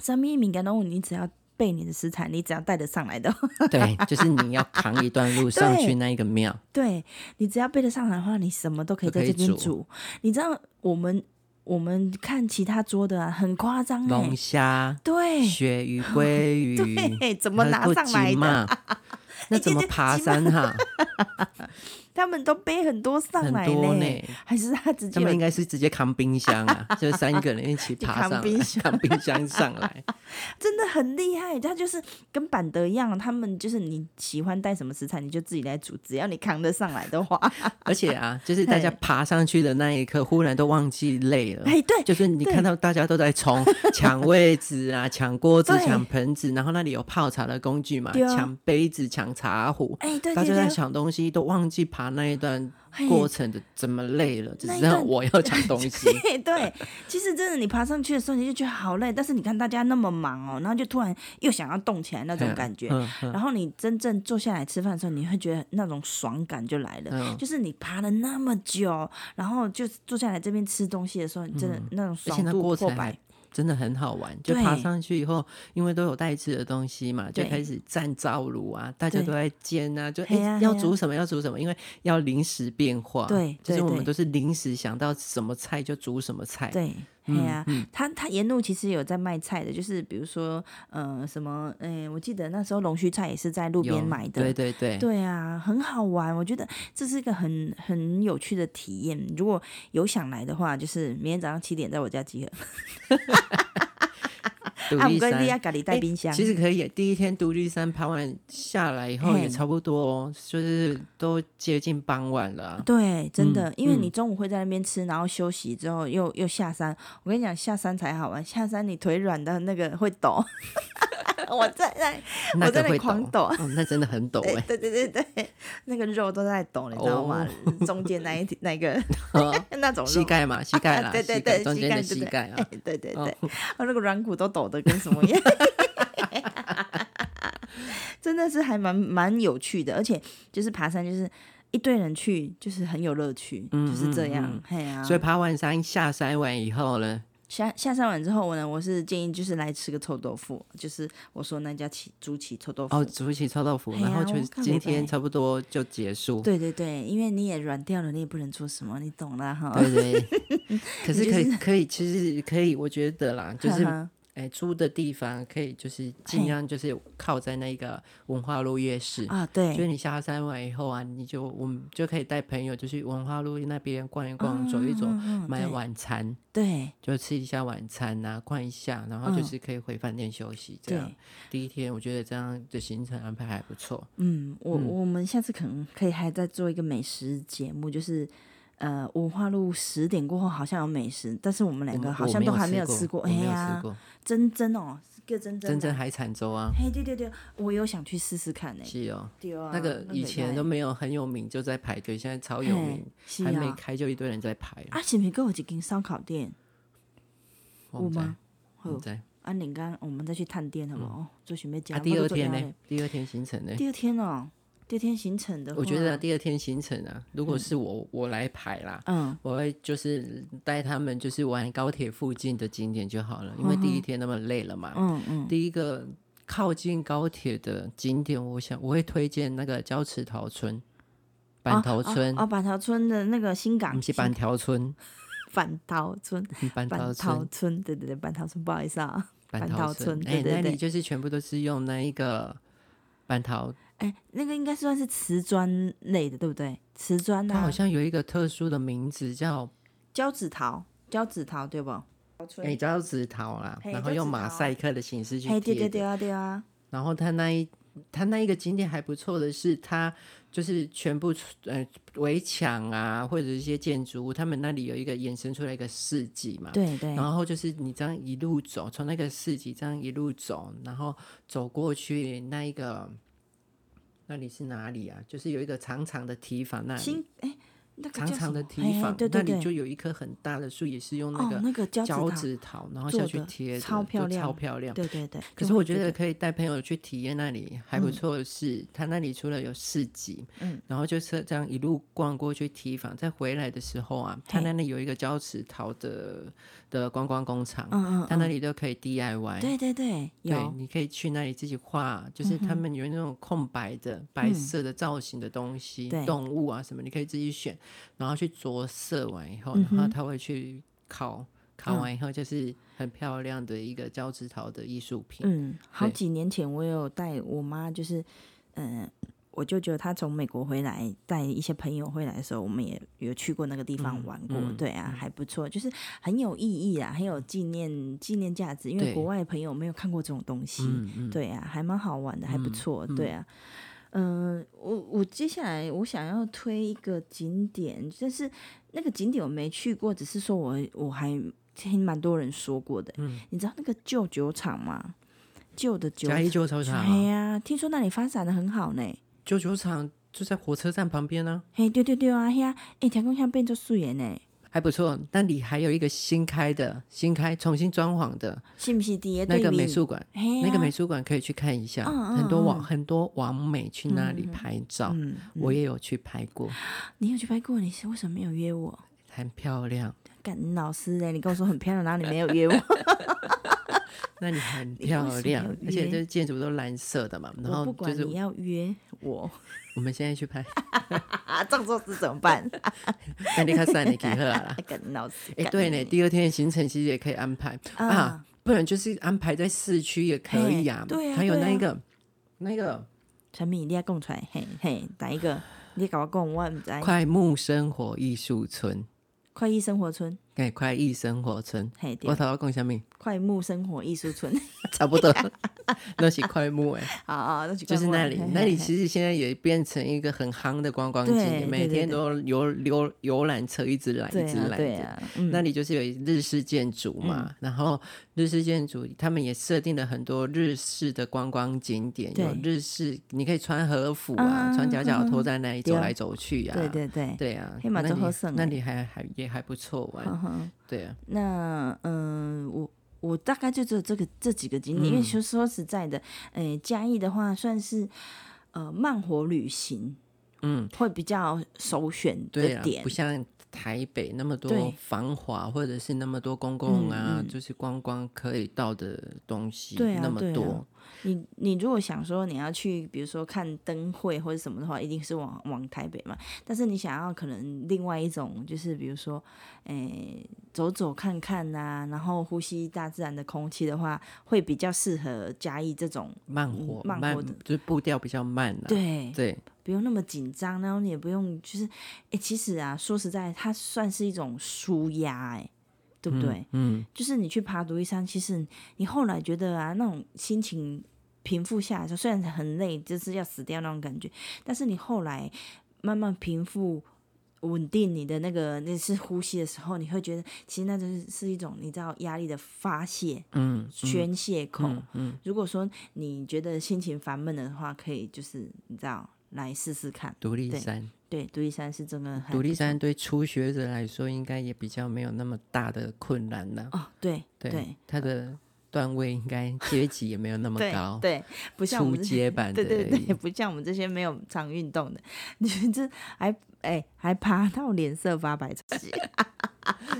Speaker 2: 上面敏感动物，你只要备你的食材，你只要带得上来的话
Speaker 1: 对，就是你要扛一段路上去
Speaker 2: <laughs> 对
Speaker 1: 那一个庙，
Speaker 2: 对你只要背得上来的话，你什么都可以
Speaker 1: 都
Speaker 2: 在
Speaker 1: 可以
Speaker 2: 这边
Speaker 1: 煮
Speaker 2: 煮。你知道我们我们看其他桌的啊，很夸张哎、
Speaker 1: 龙虾、 <laughs>
Speaker 2: 对
Speaker 1: 鳕鱼、鲑鱼，
Speaker 2: <laughs> 对，怎么拿
Speaker 1: 不
Speaker 2: 上来
Speaker 1: 急
Speaker 2: 的？
Speaker 1: 嘛？
Speaker 2: <laughs>
Speaker 1: 那怎么爬山哈、
Speaker 2: 他们都背很多上
Speaker 1: 很
Speaker 2: 来
Speaker 1: 多
Speaker 2: 呢、
Speaker 1: 呢。
Speaker 2: 还是他直接
Speaker 1: 他们应
Speaker 2: 有
Speaker 1: 该是直接扛冰箱
Speaker 2: <laughs>
Speaker 1: 啊，就是三个人一起爬上来，
Speaker 2: 扛冰
Speaker 1: 扛冰箱上
Speaker 2: <laughs>
Speaker 1: 来。
Speaker 2: 真的很厉害，他就是跟板德一样，他们就是你喜欢带什么食材你就自己来煮，只要你扛得上来
Speaker 1: <laughs>
Speaker 2: 的话，
Speaker 1: 而且啊，就是大家
Speaker 2: 嘿
Speaker 1: 爬上去的那一刻，忽然都忘记累了。
Speaker 2: 哎，对，
Speaker 1: 就是你
Speaker 2: 对
Speaker 1: 看到大家都在冲抢位置
Speaker 2: <laughs>
Speaker 1: 啊，抢锅子、
Speaker 2: 对
Speaker 1: 抢盆子，然后那里有泡茶的工具嘛，
Speaker 2: 对啊
Speaker 1: 抢杯子、抢茶壶，
Speaker 2: 哎，对
Speaker 1: 大
Speaker 2: 对哎
Speaker 1: 家在
Speaker 2: 对，
Speaker 1: 抢东西，都忘记爬那一段
Speaker 2: 嘿
Speaker 1: 过程的怎么累了，只
Speaker 2: 那一
Speaker 1: 知道
Speaker 2: 段 <laughs>
Speaker 1: 我要抢东 <laughs> 西。
Speaker 2: 对 <laughs> 对，其实真的，你爬上去的时候你就觉得好累，但是你看大家那么忙哦，然后就突然又想要动起来那种感觉。
Speaker 1: 嗯嗯
Speaker 2: 然后你真正坐下来吃饭的时候，你会觉得那种爽感就来了，
Speaker 1: 嗯
Speaker 2: 就是你爬了那么久，然后就坐下来这边吃东西的时候，你真的那
Speaker 1: 嗯
Speaker 2: 种
Speaker 1: 而且
Speaker 2: 爽
Speaker 1: 那
Speaker 2: 度
Speaker 1: 过
Speaker 2: 破
Speaker 1: 程还
Speaker 2: 百，
Speaker 1: 真的很好玩。就
Speaker 2: 对
Speaker 1: 爬上去以后，因为都有带吃的东西嘛，就
Speaker 2: 对
Speaker 1: 开始站灶炉啊，大家
Speaker 2: 对
Speaker 1: 都在煎啊，就哎、
Speaker 2: 嘿呀
Speaker 1: 要
Speaker 2: 嘿呀
Speaker 1: 煮什么要煮什么，因为要临时变化。
Speaker 2: 对
Speaker 1: 就是
Speaker 2: 对
Speaker 1: 我们
Speaker 2: 对
Speaker 1: 都是临时想到什么菜就煮什么菜。
Speaker 2: 对，
Speaker 1: 嗯
Speaker 2: 哎呀、他他沿路其实有在卖菜的，就是比如说，呃，什么，哎、我记得那时候龙须菜也是在路
Speaker 1: 有
Speaker 2: 边买的，
Speaker 1: 对对对，
Speaker 2: 对啊，很好玩，我觉得这是一个很很有趣的体验。如果有想来的话，就是明天早上七点在我家集合。
Speaker 1: 独
Speaker 2: 啊，
Speaker 1: 立
Speaker 2: 我跟利
Speaker 1: 山
Speaker 2: 亚咖喱带
Speaker 1: 诶
Speaker 2: 冰箱。
Speaker 1: 其实可以，第一天独立山爬完下来以后也
Speaker 2: 嘿
Speaker 1: 差不多、哦，就是都接近傍晚了啊、
Speaker 2: 对，真的，
Speaker 1: 嗯
Speaker 2: 因为你
Speaker 1: 嗯
Speaker 2: 中午会在那边吃，然后休息之后又又下山。我跟你讲，下山才好玩，下山你腿软的那个会抖。 <laughs> 我在那，
Speaker 1: 那
Speaker 2: 我在
Speaker 1: 个
Speaker 2: 那
Speaker 1: 会
Speaker 2: 狂
Speaker 1: 抖，
Speaker 2: 抖
Speaker 1: 哦、那真的很抖哎、
Speaker 2: <laughs> 对对对对，那个肉都在抖，你知道吗？
Speaker 1: 哦 <laughs>
Speaker 2: 中间那一那个 <laughs>
Speaker 1: 哎
Speaker 2: 哦那种肉
Speaker 1: 膝盖嘛，膝盖啦，
Speaker 2: 对对
Speaker 1: 膝盖
Speaker 2: 对
Speaker 1: 中间的膝
Speaker 2: 膝
Speaker 1: 盖啊，
Speaker 2: 哎对对对，
Speaker 1: 哦
Speaker 2: 啊，那个软骨都抖得跟什么一样， <laughs> 真的是还蛮蛮有趣的，而且就是爬山就是一堆人去，就是很有乐趣，就是这样，
Speaker 1: 嗯
Speaker 2: 嘿啊。
Speaker 1: 所以爬完山下山完以后呢，
Speaker 2: 下下山完之后呢，我是建议就是来吃个臭豆腐，就是我说那家起猪起臭豆腐。
Speaker 1: 哦，煮起臭豆腐，
Speaker 2: 哎嘿呀
Speaker 1: 然后就
Speaker 2: 我看
Speaker 1: 今
Speaker 2: 没
Speaker 1: 天
Speaker 2: 白
Speaker 1: 差不多就结束。
Speaker 2: 对对对，因为你也软掉了，你也不能做什么，你懂啦哈。
Speaker 1: 对
Speaker 2: <laughs>
Speaker 1: 对，可是
Speaker 2: 你就
Speaker 1: 可以
Speaker 2: 是
Speaker 1: 可以，其实可以，我觉得啦，就是
Speaker 2: 哈哎
Speaker 1: 哎租的地方可以就是尽
Speaker 2: 嘿
Speaker 1: 量就是靠在那个文化路夜市。
Speaker 2: <laughs> 啊，
Speaker 1: 就是
Speaker 2: 对，
Speaker 1: 你下山完以后啊，你就我们就可以带朋友，就去文化路那边逛一逛，走一走，
Speaker 2: 嗯嗯嗯
Speaker 1: 买
Speaker 2: 对
Speaker 1: 晚餐，
Speaker 2: 对
Speaker 1: 就吃一下晚餐啊，逛一下，然后就
Speaker 2: 嗯
Speaker 1: 是可以回饭店休息。这
Speaker 2: 对
Speaker 1: 样、第一天，我觉得这样的行程安排还不错。
Speaker 2: 嗯，我我们下次可能可以还在做一个美食节目，就是呃文化路十点过后好像有美食，但是我们两
Speaker 1: 我
Speaker 2: 个
Speaker 1: 们
Speaker 2: 好
Speaker 1: 我
Speaker 2: 像都还
Speaker 1: 没
Speaker 2: 没
Speaker 1: 有
Speaker 2: 有
Speaker 1: 吃
Speaker 2: 吃过。
Speaker 1: 我
Speaker 2: 哎
Speaker 1: 没有
Speaker 2: 呀
Speaker 1: 吃，过
Speaker 2: 珍珍哦，是个珍
Speaker 1: 真
Speaker 2: 珍啊，
Speaker 1: 正海产粥啊，
Speaker 2: 嘿，对对对，我有想去试试看呢、
Speaker 1: 是哦，
Speaker 2: 对啊，
Speaker 1: 那个以前都
Speaker 2: 没
Speaker 1: 没有很有名，就在排队，现在超有名，
Speaker 2: 是
Speaker 1: 还没
Speaker 2: 啊。
Speaker 1: 开就一堆人在排。
Speaker 2: 啊，是不是还有一间烧烤店？
Speaker 1: 我不
Speaker 2: 有
Speaker 1: 知
Speaker 2: 哦吗
Speaker 1: 我不知道
Speaker 2: 啊，你刚我们再去探店好不好？哦，做准备加。
Speaker 1: 啊，第
Speaker 2: 我
Speaker 1: 二
Speaker 2: 都做
Speaker 1: 天
Speaker 2: 家
Speaker 1: 呢
Speaker 2: 嘞？？
Speaker 1: 第二天行程呢？
Speaker 2: 第二天哦，第二天嗯行程的话，
Speaker 1: 我觉得啊第二天行程啊，如果是我、我来排啦，
Speaker 2: 嗯，
Speaker 1: 我会就是带他们就是玩高铁附近的景点就好了，因为第一天他们累了嘛。
Speaker 2: 嗯嗯
Speaker 1: 第一个靠近高铁的景点，我想我会推荐那个礁池头村、
Speaker 2: 啊
Speaker 1: 板头村，
Speaker 2: 哦，哦板头村的那个新港
Speaker 1: 不是板条村， <laughs>
Speaker 2: 板桃村，
Speaker 1: 板
Speaker 2: 板
Speaker 1: 条
Speaker 2: 桃
Speaker 1: 村，
Speaker 2: 村，对对对，板桃村，不好意思啊，
Speaker 1: 板
Speaker 2: 板
Speaker 1: 条
Speaker 2: 桃
Speaker 1: 村
Speaker 2: 村，
Speaker 1: 哎，
Speaker 2: 对对
Speaker 1: 那里
Speaker 2: 对
Speaker 1: 就是全部都是用那一个板桃，
Speaker 2: 哎，那个应该算是瓷砖类的，对不对？瓷砖
Speaker 1: 它
Speaker 2: 啊
Speaker 1: 好，像有一个特殊的名字叫
Speaker 2: 胶纸桃，胶纸桃对不？
Speaker 1: 哎礁池桃啦，
Speaker 2: 嘿
Speaker 1: 然后用
Speaker 2: 礁子
Speaker 1: 马
Speaker 2: 桃
Speaker 1: 赛克的形式去
Speaker 2: 哎，对
Speaker 1: 贴
Speaker 2: 对对
Speaker 1: 的，
Speaker 2: 啊，对啊，
Speaker 1: 然后它那一。它那一个景点还不错的是，它就是全部呃围墙啊，或者一些建筑物，他们那里有一个衍生出来一个市集嘛，
Speaker 2: 对对，
Speaker 1: 啊然后就是你这样一路走，从那个市集这样一路走，然后走过去那一个，那里是哪里啊？就是有一个长长的堤防那里，
Speaker 2: 新哎，那个
Speaker 1: 长
Speaker 2: 叫什
Speaker 1: 长的
Speaker 2: 么
Speaker 1: 堤
Speaker 2: 嘿嘿
Speaker 1: 防，
Speaker 2: 对对
Speaker 1: 那里就
Speaker 2: 对，
Speaker 1: 有一棵很大的树，也是用那
Speaker 2: 哦，
Speaker 1: 个
Speaker 2: 那个胶
Speaker 1: 胶
Speaker 2: 纸
Speaker 1: 纸桃，然后
Speaker 2: 做
Speaker 1: 下去
Speaker 2: 的
Speaker 1: 贴的，
Speaker 2: 超
Speaker 1: 就
Speaker 2: 漂
Speaker 1: 超
Speaker 2: 亮
Speaker 1: 漂亮
Speaker 2: 桃，。对对对。
Speaker 1: 可
Speaker 2: 就是
Speaker 1: 我
Speaker 2: 会
Speaker 1: 觉得可以带朋友去体验那里还不错的是，它那里除了有市集，
Speaker 2: 嗯，
Speaker 1: 然后就是这样一路逛过去提防，再回来的时候啊，它
Speaker 2: 嘿
Speaker 1: 那里有一个礁池桃的的观光工厂，
Speaker 2: 嗯嗯
Speaker 1: 它那
Speaker 2: 嗯
Speaker 1: 里都可以 DIY，
Speaker 2: 对对对，
Speaker 1: 对，
Speaker 2: 有嗯
Speaker 1: 你可以去那里自己画，就是他们有那种空白的、白色的造型的东西，
Speaker 2: 对
Speaker 1: 动物啊什么，你可以自己选，然后去着色完以后，
Speaker 2: 嗯
Speaker 1: 然后
Speaker 2: 哼
Speaker 1: 他会去烤，烤
Speaker 2: 嗯
Speaker 1: 完以后就是很漂亮的一个胶质陶的艺术品。
Speaker 2: 嗯，好
Speaker 1: 对
Speaker 2: 几年前我有带我妈，就是嗯、呃我舅舅他从美国回来，带一些朋友回来的时候，我们也有去过那个地方玩过，
Speaker 1: 嗯
Speaker 2: 对啊，还不错，就是很有意义啊，很有纪念纪念价值，因
Speaker 1: 对
Speaker 2: 为国外的朋友没有看过这种东西，
Speaker 1: 嗯嗯，
Speaker 2: 对啊，还蛮好玩的，还不错，对啊。嗯、我我接下来我想要推一个景点，但是那个景点我没去过，只是说我我还听蛮多人说过的。你知道那个旧酒厂吗？旧的酒
Speaker 1: 嗯嘉义旧球场
Speaker 2: 哎
Speaker 1: 啊，
Speaker 2: 呀，听说那里发展的很好呢。
Speaker 1: 旧球场就在火车站旁边呢、
Speaker 2: 嘿，对对对啊，嘿呀，哎，天空像变作素颜呢，
Speaker 1: 还不错。那里还有一个新开的、新开重新装潢的
Speaker 2: 是不是？第
Speaker 1: 那个美，术馆，
Speaker 2: 嘿呀
Speaker 1: 那个美术馆可以去看一下，
Speaker 2: 嗯嗯
Speaker 1: 很多网
Speaker 2: 嗯
Speaker 1: 很多网美去那里拍照，
Speaker 2: 嗯，
Speaker 1: 我也有去拍过。
Speaker 2: 你有去拍过？你是为什么没有约我？
Speaker 1: 很漂亮，
Speaker 2: 干你老师嘞，你跟我说很漂亮，然后你没有约我，
Speaker 1: 那你很
Speaker 2: 你为什么
Speaker 1: 漂亮
Speaker 2: 要，
Speaker 1: 而且
Speaker 2: 约
Speaker 1: 就是建筑都蓝色的嘛， <laughs> 然
Speaker 2: 我
Speaker 1: 后
Speaker 2: 不
Speaker 1: 就
Speaker 2: 管
Speaker 1: 是
Speaker 2: 你啊要约我
Speaker 1: 我们现在去拍《
Speaker 2: 啊，这种事怎么
Speaker 1: <laughs>
Speaker 2: 办？
Speaker 1: 三立卡三》的集合
Speaker 2: <laughs>
Speaker 1: 啦。
Speaker 2: 干你老师，
Speaker 1: 哎，
Speaker 2: 干
Speaker 1: 对
Speaker 2: 你
Speaker 1: 呢，第二天的行程其实也可以安排啊，不然就是安排在市区也可以啊
Speaker 2: 嘿。对啊
Speaker 1: 还有
Speaker 2: 对啊
Speaker 1: 那一个那个
Speaker 2: 陈敏，你要讲出来，嘿嘿，哪一个？你甲我讲，我唔知。
Speaker 1: 快木生活艺术村，
Speaker 2: 哎快意生活村，
Speaker 1: 哎，快艺生活村，
Speaker 2: 嘿对啊
Speaker 1: 我，头要讲什么？
Speaker 2: 快木生活艺术村，
Speaker 1: <laughs> 差不多， <laughs> 那是快木哎。
Speaker 2: 啊啊，那就
Speaker 1: 就是那里，那里
Speaker 2: 是
Speaker 1: 其实现在也变成一个很夯的观光
Speaker 2: 对
Speaker 1: 景，
Speaker 2: 对
Speaker 1: 每
Speaker 2: 对
Speaker 1: 天
Speaker 2: 对
Speaker 1: 都游游游览车一直来，
Speaker 2: 对
Speaker 1: 一直
Speaker 2: 啊
Speaker 1: 来。
Speaker 2: 对啊，嗯
Speaker 1: 那里就是有日式建筑嘛，然后日式建筑他们也设定了很多日式的观光景点，有
Speaker 2: 对
Speaker 1: 日式你可以穿和服啊，
Speaker 2: 啊
Speaker 1: 穿夹脚拖在那里
Speaker 2: 对
Speaker 1: 走
Speaker 2: 啊
Speaker 1: 来走去啊，
Speaker 2: 对对对，
Speaker 1: 对啊，
Speaker 2: 那嘛
Speaker 1: 那
Speaker 2: 很好
Speaker 1: 里
Speaker 2: 耍
Speaker 1: 那
Speaker 2: 欸
Speaker 1: 里还还也还不错玩，
Speaker 2: 嗯哼，
Speaker 1: 对啊，
Speaker 2: 那嗯我。我大概就只有这个这几个景
Speaker 1: 嗯
Speaker 2: 点，因为说说实在的，诶，嘉义的话算是呃慢活旅行
Speaker 1: 嗯。
Speaker 2: 会比较首选
Speaker 1: 对
Speaker 2: 的
Speaker 1: 啊，
Speaker 2: 点
Speaker 1: 不，像台北那么多
Speaker 2: 对
Speaker 1: 繁华，或者是那么多公共啊，
Speaker 2: 嗯嗯
Speaker 1: 就是观光可以到的东西
Speaker 2: 对啊
Speaker 1: 那么
Speaker 2: 对啊
Speaker 1: 多。
Speaker 2: 你你如果想说你要去，比如说看灯会或者什么的话，一定是往往台北嘛。但是你想要可能另外一种，就是比如说，诶、走走看看呐、然后呼吸大自然的空气的话，会比较适合嘉义这种。
Speaker 1: 慢活，
Speaker 2: 嗯慢活的
Speaker 1: 就是步调比较慢啊。
Speaker 2: 对，
Speaker 1: 对
Speaker 2: 不用那么紧张，然后你也不用就是，诶、其实啊，说实在，它算是一种舒压、诶，对不对？
Speaker 1: 嗯，
Speaker 2: 就是你去爬独立山，其实你后来觉得啊，那种心情平复下来的时候，虽然很累，就是要死掉那种感觉，但是你后来慢慢平复、稳定你的那个那是呼吸的时候，你会觉得其实那就是是一种你知道压力的发泄、
Speaker 1: 嗯
Speaker 2: 宣泄口。
Speaker 1: 嗯，
Speaker 2: 如果说你觉得心情烦闷的话，可以就是你知道来试试看。
Speaker 1: 独立
Speaker 2: 对哎
Speaker 1: 山，
Speaker 2: 对，独立山是真的很
Speaker 1: 独立山对初学者来说，应该也比较没有那么大的困难了。
Speaker 2: 哦，对
Speaker 1: 对，它的段位应该阶级也没有那么
Speaker 2: 对
Speaker 1: 高，
Speaker 2: 对，不像
Speaker 1: 初
Speaker 2: 我们这
Speaker 1: 阶版的
Speaker 2: 对
Speaker 1: 而已。
Speaker 2: <laughs> 对对，不像我们这些没有常运动的，你这还哎、还爬到脸色发白。 <laughs>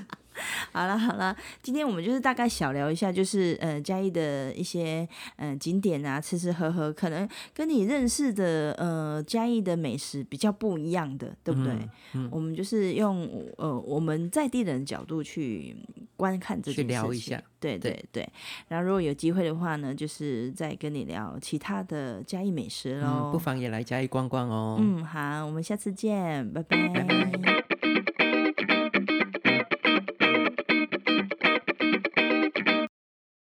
Speaker 2: 好了好了，今天我们就是大概小聊一下，就是呃嘉义的一些呃景点啊，吃吃喝喝，可能跟你认识的呃嘉义的美食比较不一样的，对不对？
Speaker 1: 嗯
Speaker 2: 我们就是用呃我们在地人的角度去观看这
Speaker 1: 去
Speaker 2: 件事情，
Speaker 1: 聊一下
Speaker 2: 对
Speaker 1: 对
Speaker 2: 对对。然后如果有机会的话呢，就是再跟你聊其他的嘉义美食喽
Speaker 1: 嗯，。不妨也来嘉义逛逛哦。
Speaker 2: 嗯，好，我们下次见，拜拜。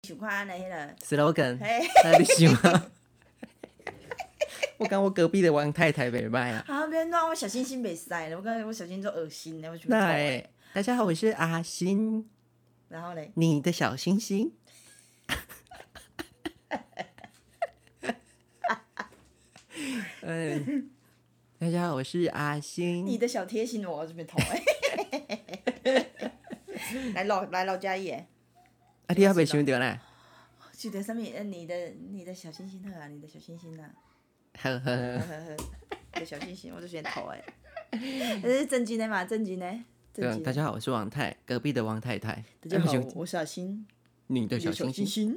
Speaker 2: 想看那个，
Speaker 1: slogan，
Speaker 2: 嘿， <laughs>
Speaker 1: 那你喜欢？ <laughs> 我讲我隔壁的王太太北卖啊，
Speaker 2: 好，别弄我小星星被塞了，我刚才我小星星都恶心了，我全部
Speaker 1: 那
Speaker 2: 吐了
Speaker 1: 哎，大家好，我是阿星，
Speaker 2: 然后嘞，
Speaker 1: 你的小星星。 <laughs> 嗯，大家好，我是阿
Speaker 2: 你
Speaker 1: 星。
Speaker 2: 的小贴心我这边捅哎。 <laughs> 来老来老嘉义，
Speaker 1: 啊，你还没想到啦？
Speaker 2: 取得上面，呃你的你的小星星特啊，你的小星星啊。
Speaker 1: 呵呵呵，
Speaker 2: 呵呵，有小星星，我就选头 <laughs> 哎、欸，这是正经的嘛，正经的，
Speaker 1: 对
Speaker 2: 正
Speaker 1: 啊
Speaker 2: 经的。
Speaker 1: 大家好，我是王太，隔壁的王太太。
Speaker 2: 大家好
Speaker 1: 啊我想，
Speaker 2: 我是阿星，
Speaker 1: 你的
Speaker 2: 有
Speaker 1: 小星星。
Speaker 2: 星。